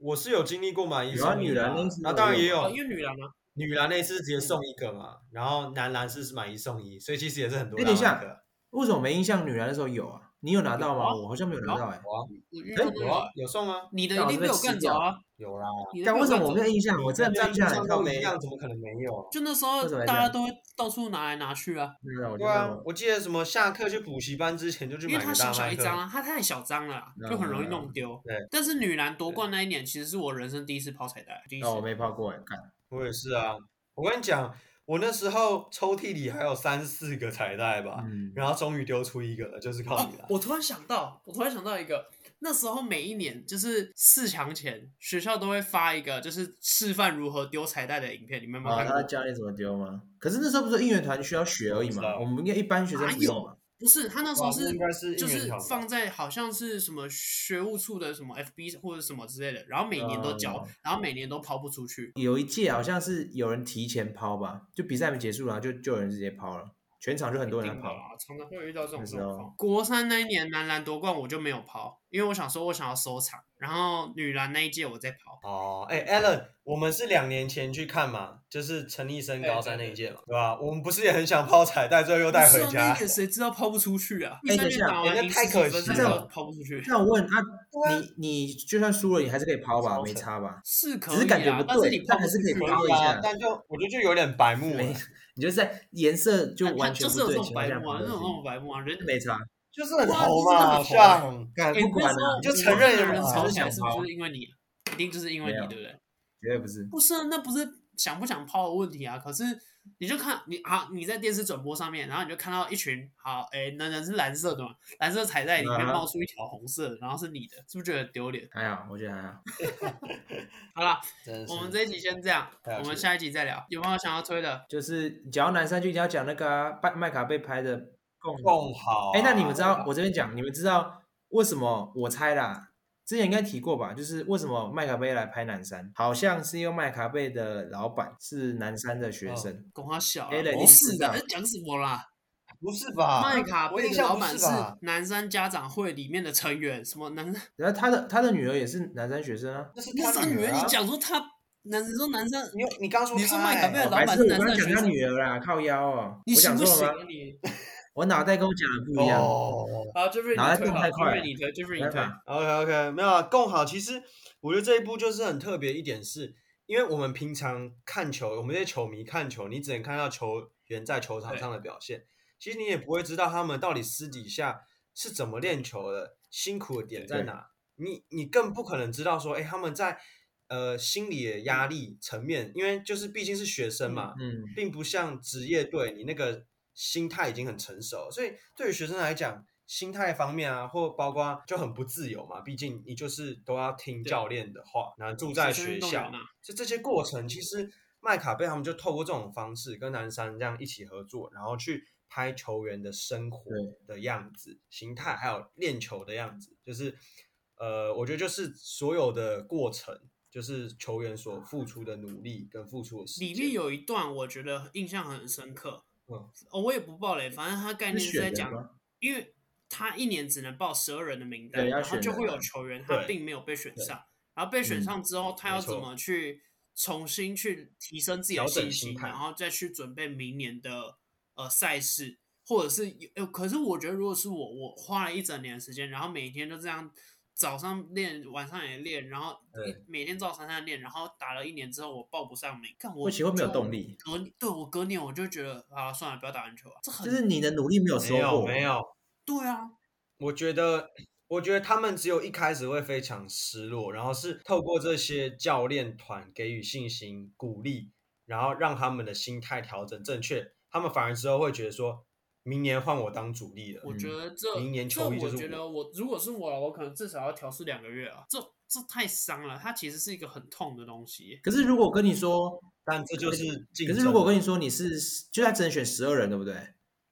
Speaker 1: 我是有经历过买一
Speaker 3: 有啊
Speaker 1: 送一
Speaker 3: 女
Speaker 1: 的
Speaker 3: 篮
Speaker 1: 啊
Speaker 3: 那次
Speaker 1: 啊，当然也
Speaker 2: 哦，
Speaker 1: 有
Speaker 2: 因为嗯女篮嘛，
Speaker 1: 女篮那次直接送一个嘛，然后男篮是买一送一，所以其实也是很多
Speaker 3: 哎
Speaker 1: 大
Speaker 3: 等一下
Speaker 1: 麦克。
Speaker 3: 为什么没印象？女篮的时候有啊，你有拿到
Speaker 2: 有啊
Speaker 3: 吗？我好像没有拿到哎、
Speaker 1: 有啊，
Speaker 2: 我遇
Speaker 1: 哎
Speaker 2: 到那
Speaker 1: 有啊
Speaker 2: 个，
Speaker 1: 有送啊，
Speaker 2: 你的一定被我干走啊！
Speaker 1: 有啦。
Speaker 2: 你的
Speaker 3: 但
Speaker 2: 被
Speaker 3: 为什
Speaker 2: 干
Speaker 3: 么
Speaker 2: 走
Speaker 3: 我没有印象？我真的站
Speaker 1: 印
Speaker 3: 下来
Speaker 1: 象
Speaker 3: 到
Speaker 1: 都
Speaker 3: 没
Speaker 1: 一样，怎么可能没有？啊
Speaker 2: 就那时候
Speaker 3: 为什么会这
Speaker 2: 大家
Speaker 3: 样
Speaker 2: 都会到处拿来拿去啊，
Speaker 3: 那让我就
Speaker 1: 对啊
Speaker 3: 让，我
Speaker 1: 我记得什么下课去补习班之前就去
Speaker 2: 因为
Speaker 1: 买
Speaker 2: 它
Speaker 1: 个
Speaker 2: 小
Speaker 1: 大
Speaker 2: 小
Speaker 1: 麦
Speaker 2: 一
Speaker 1: 克，
Speaker 2: 张啊，它太小张了啊，
Speaker 3: 嗯
Speaker 2: 就很容易弄丢。
Speaker 1: 对，
Speaker 2: 但是女篮夺冠那一年，其实是我人生第一次抛彩带，第一次
Speaker 3: 那我没泡过哎、干
Speaker 1: 我也是啊。我跟你讲，我那时候抽屉里还有三四个彩带吧，
Speaker 3: 嗯，
Speaker 1: 然后终于丢出一个了，就是靠
Speaker 2: 哦
Speaker 1: 你，了。
Speaker 2: 我突然想到，我突然想到一个，那时候每一年就是四强前，学校都会发一个就是示范如何丢彩带的影片，你们有没有
Speaker 3: 啊，
Speaker 2: 看
Speaker 3: 他
Speaker 2: 过？
Speaker 3: 教你怎么丢吗？可是那时候不是应援团需要学而已
Speaker 1: 我知
Speaker 3: 嘛，
Speaker 1: 道
Speaker 3: 我们应该一般学生不用嘛。
Speaker 2: 不是，他那时候
Speaker 1: 哇那
Speaker 2: 是
Speaker 1: 应该是
Speaker 2: 就
Speaker 1: 应援
Speaker 2: 是
Speaker 1: 团吧
Speaker 2: 放在好像是什么学务处的什么 FB 或者什么之类的，然后每年都交，然后每年都抛不出去。
Speaker 3: 有一届好像是有人提前抛吧，就比赛还没结束，然后就就有人直接抛了，全场就很多人在
Speaker 2: 定的
Speaker 3: 抛。
Speaker 2: 啦，常常会遇到这种
Speaker 3: 那时
Speaker 2: 状
Speaker 3: 候
Speaker 2: 况。国三那一年男篮夺冠，我就没有跑，因为我想说我想要收藏。然后女篮那一届我再跑，
Speaker 1: 哦，哎、a l a n 我们是两年前去看嘛，就是陈立生高三那一届嘛，对吧、我们不是也很想抛彩带，最后又带回
Speaker 2: 不是啊那
Speaker 1: 家
Speaker 2: 一。年谁知道抛不出去啊？
Speaker 3: 哎
Speaker 2: 第三面
Speaker 3: 等一下
Speaker 2: 打
Speaker 1: 哎
Speaker 2: 完
Speaker 1: 那
Speaker 2: 赢
Speaker 1: 太
Speaker 2: 40
Speaker 1: 可
Speaker 2: 分
Speaker 1: 惜
Speaker 2: 之
Speaker 3: 了
Speaker 2: 后抛不出去，
Speaker 3: 那我问啊，你你就算输了，你还是可以抛吧，没差吧？
Speaker 2: 是可以、啊，
Speaker 3: 只是感觉不
Speaker 2: 但是
Speaker 3: 对
Speaker 2: 你抛
Speaker 3: 但
Speaker 2: 不
Speaker 3: 还是
Speaker 2: 出
Speaker 3: 可以
Speaker 2: 去啊
Speaker 3: 抛
Speaker 1: 对
Speaker 3: 一下
Speaker 1: 啊，但就我觉得就有点白目了
Speaker 3: 没，你就是在颜色就
Speaker 2: 啊
Speaker 3: 完
Speaker 2: 他
Speaker 3: 全
Speaker 2: 就是
Speaker 3: 不
Speaker 2: 有这
Speaker 3: 对的
Speaker 2: 种
Speaker 3: 情况
Speaker 2: 白
Speaker 3: 下
Speaker 2: 目啊，
Speaker 3: 抛
Speaker 2: 那
Speaker 3: 出
Speaker 2: 种
Speaker 3: 去
Speaker 2: 那种白目啊，人
Speaker 3: 没差，
Speaker 1: 就是很
Speaker 2: 对啊
Speaker 1: 红
Speaker 2: 就是很
Speaker 1: 嘛，
Speaker 2: 红
Speaker 1: 像
Speaker 3: 干
Speaker 2: 哎
Speaker 3: 不管
Speaker 2: 那时候
Speaker 3: 了，
Speaker 1: 啊你就承认了嘛
Speaker 2: 人吵起来是
Speaker 3: 抛
Speaker 2: 不，是因为你？一定就是因为
Speaker 3: 没
Speaker 2: 你，
Speaker 3: 有
Speaker 2: 对不对？
Speaker 3: 绝对不是。
Speaker 2: 不是啊，那不是想不想抛的问题啊。可是你就看你啊，你在电视转播上面，然后你就看到一群好，哎，那人是蓝色的嘛，蓝色彩带里面
Speaker 3: 啊哈
Speaker 2: 冒出一条红色的，然后是你的，是不是觉得很丢脸？
Speaker 3: 还好，我觉得还好。
Speaker 2: 好啦，
Speaker 1: 真的是
Speaker 2: 我们这一集先这样，
Speaker 1: 太有趣了
Speaker 2: 我们下一集再聊。有没有想要推的？
Speaker 3: 就是讲到男生就一定要讲那个啊麦、麦卡贝拍的共
Speaker 1: 共好。
Speaker 3: 哎、那你们知道我这边讲，你们知道为什么？我猜啦，之前应该提过吧，就是为什么麦卡贝来拍南山，好像是因为麦卡贝的老板是南山的
Speaker 2: 哦
Speaker 3: 学生，
Speaker 2: 拱他小啊，
Speaker 3: Alan，
Speaker 2: 不是
Speaker 3: 你知道
Speaker 2: 的，在讲什么啦？
Speaker 1: 不是吧？
Speaker 2: 麦卡
Speaker 1: 啊我
Speaker 2: 贝
Speaker 1: 印
Speaker 2: 的
Speaker 1: 象
Speaker 2: 老
Speaker 1: 不
Speaker 2: 板
Speaker 1: 是
Speaker 2: 是
Speaker 1: 吧？
Speaker 2: 南山家长会里面的成员，什么南山？
Speaker 3: 然后他的他的女儿也是南山学生啊。
Speaker 1: 那是
Speaker 2: 那
Speaker 1: 他
Speaker 2: 是女
Speaker 1: 儿
Speaker 2: 人，你
Speaker 1: 啊。
Speaker 2: 讲说他南，你说南山，
Speaker 1: 你你刚说
Speaker 2: 你
Speaker 1: 他
Speaker 2: 说麦卡贝
Speaker 1: 哎
Speaker 2: 老
Speaker 3: 哦白
Speaker 2: 板
Speaker 3: 痴，
Speaker 2: 是
Speaker 3: 我
Speaker 2: 南
Speaker 3: 刚
Speaker 2: 山
Speaker 3: 讲
Speaker 2: 学
Speaker 3: 他
Speaker 2: 生，
Speaker 3: 女儿啦，靠腰哦，
Speaker 2: 你
Speaker 3: 我
Speaker 2: 行
Speaker 3: 讲
Speaker 2: 不行
Speaker 3: 错
Speaker 2: 啊
Speaker 3: 了吗？
Speaker 2: 你？
Speaker 3: 我脑袋跟我讲的不一样。
Speaker 1: 哦
Speaker 2: 好，Jeffrey
Speaker 3: 脑袋
Speaker 2: 你推
Speaker 3: 动
Speaker 2: 好
Speaker 3: 太快
Speaker 2: ，Jeffrey
Speaker 3: 了
Speaker 2: 你推，Jeffrey
Speaker 3: 拜
Speaker 2: 你推
Speaker 3: 拜。
Speaker 1: OK OK，没有啊，共好。其实我觉得这一部就是很特别一点是，因为我们平常看球，我们这些球迷看球，你只能看到球员在球场上的表现，其实你也不会知道他们到底私底下是怎么练球的，辛苦的点在
Speaker 3: 对
Speaker 1: 哪。你你更不可能知道说，哎，他们在呃心理的压力层面，因为就是毕竟是学生嘛，
Speaker 3: 嗯，
Speaker 1: 并不像职业队，你那个心态已经很成熟了，所以对于学生来讲，心态方面啊，或包括就很不自由嘛，毕竟你就是都要听
Speaker 2: 对嗯
Speaker 1: 教练的话，然后住在
Speaker 2: 学生
Speaker 1: 学
Speaker 2: 运动
Speaker 1: 校
Speaker 2: 员啊，
Speaker 1: 就这些过程，其实麦卡贝他们就透过这种方式跟南山这样一起合作，然后去拍球员的生活的样子、形态，还有练球的样子，就是呃，我觉得就是所有的过程。就是球员所付出的努力跟付出的时间，
Speaker 2: 里面有一段我觉得印象很深刻，
Speaker 1: 嗯
Speaker 2: 哦，我也不爆雷，反正他概
Speaker 3: 是
Speaker 2: 念是在
Speaker 3: 选人
Speaker 2: 讲
Speaker 3: 吗？
Speaker 2: 因为他一年只能报十二人的名单，
Speaker 3: 对要
Speaker 2: 然后
Speaker 3: 选
Speaker 2: 就会
Speaker 3: 人
Speaker 2: 有球员他
Speaker 1: 啊对嗯
Speaker 2: 并没有被选上，然后被选上之后，他要
Speaker 1: 没错
Speaker 2: 怎么去重新去提升自己的
Speaker 1: 调整
Speaker 2: 信
Speaker 1: 心
Speaker 2: 心，
Speaker 1: 态
Speaker 2: 然后再去准备明年的呃赛事，或者是有、呃可是我觉得如果是我，我花了一整年的时间，然后每天都这样。早上练，晚上也练，然后
Speaker 1: 对
Speaker 2: 一每天照三三练，然后打了一年之后，我报不上名，看我
Speaker 3: 会其实会没有
Speaker 2: 就
Speaker 3: 动力，
Speaker 2: 隔对我隔年我就觉得啊，算了，不要打篮球了，这很
Speaker 3: 就是你的努力没有收
Speaker 1: 没有
Speaker 3: 获，
Speaker 1: 没有，
Speaker 2: 对啊，
Speaker 1: 我觉得，我觉得他们只有一开始会非常失落，然后是透过这些教练团给予信心、鼓励，然后让他们的心态调整正确，他们反而之后会觉得说，明年换我当主力了。
Speaker 2: 我
Speaker 3: 嗯
Speaker 2: 觉得这、
Speaker 1: 明年
Speaker 2: 这
Speaker 1: 球衣就
Speaker 2: 我
Speaker 1: 是
Speaker 2: 觉得我如果是我，我可能至少要调试两个月啊，这这太伤了，它其实是一个很痛的东西。
Speaker 3: 可是如果我跟你说，
Speaker 1: 但这就是竞争。
Speaker 3: 可
Speaker 1: 啊
Speaker 3: 是如果我跟你说你是，就他只能选十二人，对不对？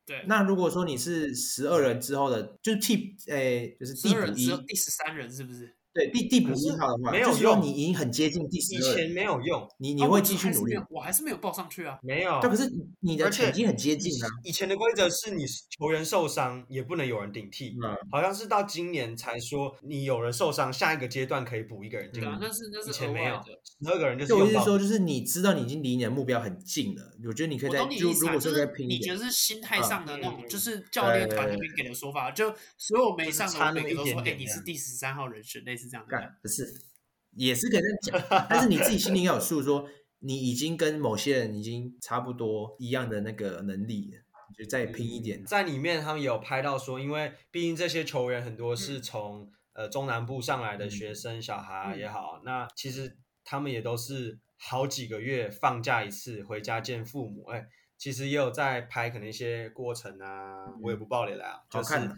Speaker 2: 对，
Speaker 3: 那如果说你是十二人之后的，就是替诶、就是
Speaker 2: 十
Speaker 3: 替
Speaker 2: 二人
Speaker 3: 补
Speaker 2: 只
Speaker 3: 一
Speaker 2: 有，第十三人是不是？
Speaker 3: 对，第替补
Speaker 1: 可是
Speaker 3: 一号的话，
Speaker 1: 没有
Speaker 3: 就是说
Speaker 1: 用
Speaker 3: 你已经很接近第十
Speaker 1: 以
Speaker 3: 二
Speaker 1: 前
Speaker 3: 人，
Speaker 1: 没有用，
Speaker 3: 你你
Speaker 2: 啊
Speaker 3: 会
Speaker 2: 我
Speaker 3: 继续
Speaker 2: 还是
Speaker 3: 努
Speaker 2: 没
Speaker 3: 力
Speaker 2: 有。我还是没有报上去啊。
Speaker 1: 没有。
Speaker 3: 对，可是你的
Speaker 1: 而且
Speaker 3: 成绩很接近啊，
Speaker 1: 以前的规则是你球员受伤也不能有人顶替，
Speaker 3: 嗯
Speaker 1: 好像是到今年才说你有人受伤，下一个阶段可以补一个人进
Speaker 2: 对
Speaker 1: 来
Speaker 2: 啊
Speaker 3: 嗯，
Speaker 2: 那是那
Speaker 1: 以
Speaker 2: 是
Speaker 1: 前
Speaker 2: 额
Speaker 1: 没
Speaker 2: 外
Speaker 1: 有
Speaker 2: 的。
Speaker 1: 十二个人就是
Speaker 3: 就我
Speaker 1: 用
Speaker 3: 意思
Speaker 1: 到
Speaker 3: 是说，就是你知道你已经离你的目标很近了，我觉得你可以
Speaker 2: 我
Speaker 3: 再
Speaker 2: 懂你
Speaker 3: 就
Speaker 2: 意思
Speaker 3: 如
Speaker 2: 啊，
Speaker 3: 果
Speaker 2: 就
Speaker 3: 说再
Speaker 2: 是
Speaker 3: 拼一
Speaker 2: 你
Speaker 3: 点
Speaker 2: 觉，得是心态上的那种，
Speaker 1: 嗯
Speaker 2: 就是教练团那
Speaker 3: 对
Speaker 2: 边给的说法，就所有没上
Speaker 1: 就是
Speaker 2: 的
Speaker 1: 差
Speaker 2: 我
Speaker 1: 那么
Speaker 2: 每个都
Speaker 1: 一点
Speaker 2: 说，哎、
Speaker 1: 点
Speaker 2: 你
Speaker 1: 这
Speaker 2: 是
Speaker 1: 样
Speaker 2: 第十三号人选，类似这样的。
Speaker 3: 干不是也是可以这样讲，但是你自己心里要有数说，你已经跟某些人已经差不多一样的那个能力了，你就再拼
Speaker 2: 嗯
Speaker 3: 一点。
Speaker 1: 在里面，他们有拍到说，因为毕竟这些球员很多
Speaker 3: 嗯
Speaker 1: 是从、呃中南部上来的学生、小孩
Speaker 3: 嗯
Speaker 1: 也好，那其实他们也都是好几个月放假一次回家见父母。哎、其实也有在拍可能一些过程啊，我也不爆雷了啊，
Speaker 3: 嗯好
Speaker 1: 就
Speaker 3: 看
Speaker 1: 是
Speaker 3: 啊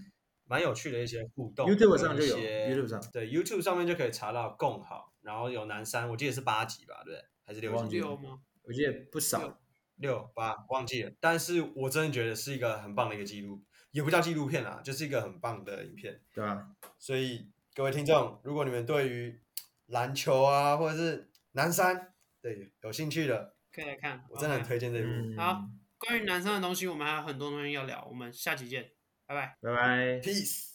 Speaker 1: 蛮有趣的一些互动。
Speaker 3: YouTube 上就有
Speaker 1: 一些
Speaker 3: ，YouTube 上
Speaker 1: 对 YouTube 上面就可以查到共好，然后有南山，我记得是八集吧，对不对？还是六
Speaker 3: 我
Speaker 1: 集
Speaker 3: 忘？记了
Speaker 2: 六吗？
Speaker 3: 我觉得不
Speaker 2: 有
Speaker 3: 少，
Speaker 1: 六八忘记了，但是我真的觉得是一个很棒的一个纪录，也不叫纪录片啦，就是一个很棒的影片。
Speaker 3: 对吧？
Speaker 1: 所以各位听众，如果你们对于篮球啊，或者是南山，对有兴趣的，
Speaker 2: 可以来看。
Speaker 1: 我真的很
Speaker 2: OK
Speaker 1: 推荐这一部。
Speaker 3: 嗯，
Speaker 2: 好，关于男生的东西，我们还有很多东西要聊，我们下期见，拜拜。
Speaker 3: 拜拜。
Speaker 1: Peace。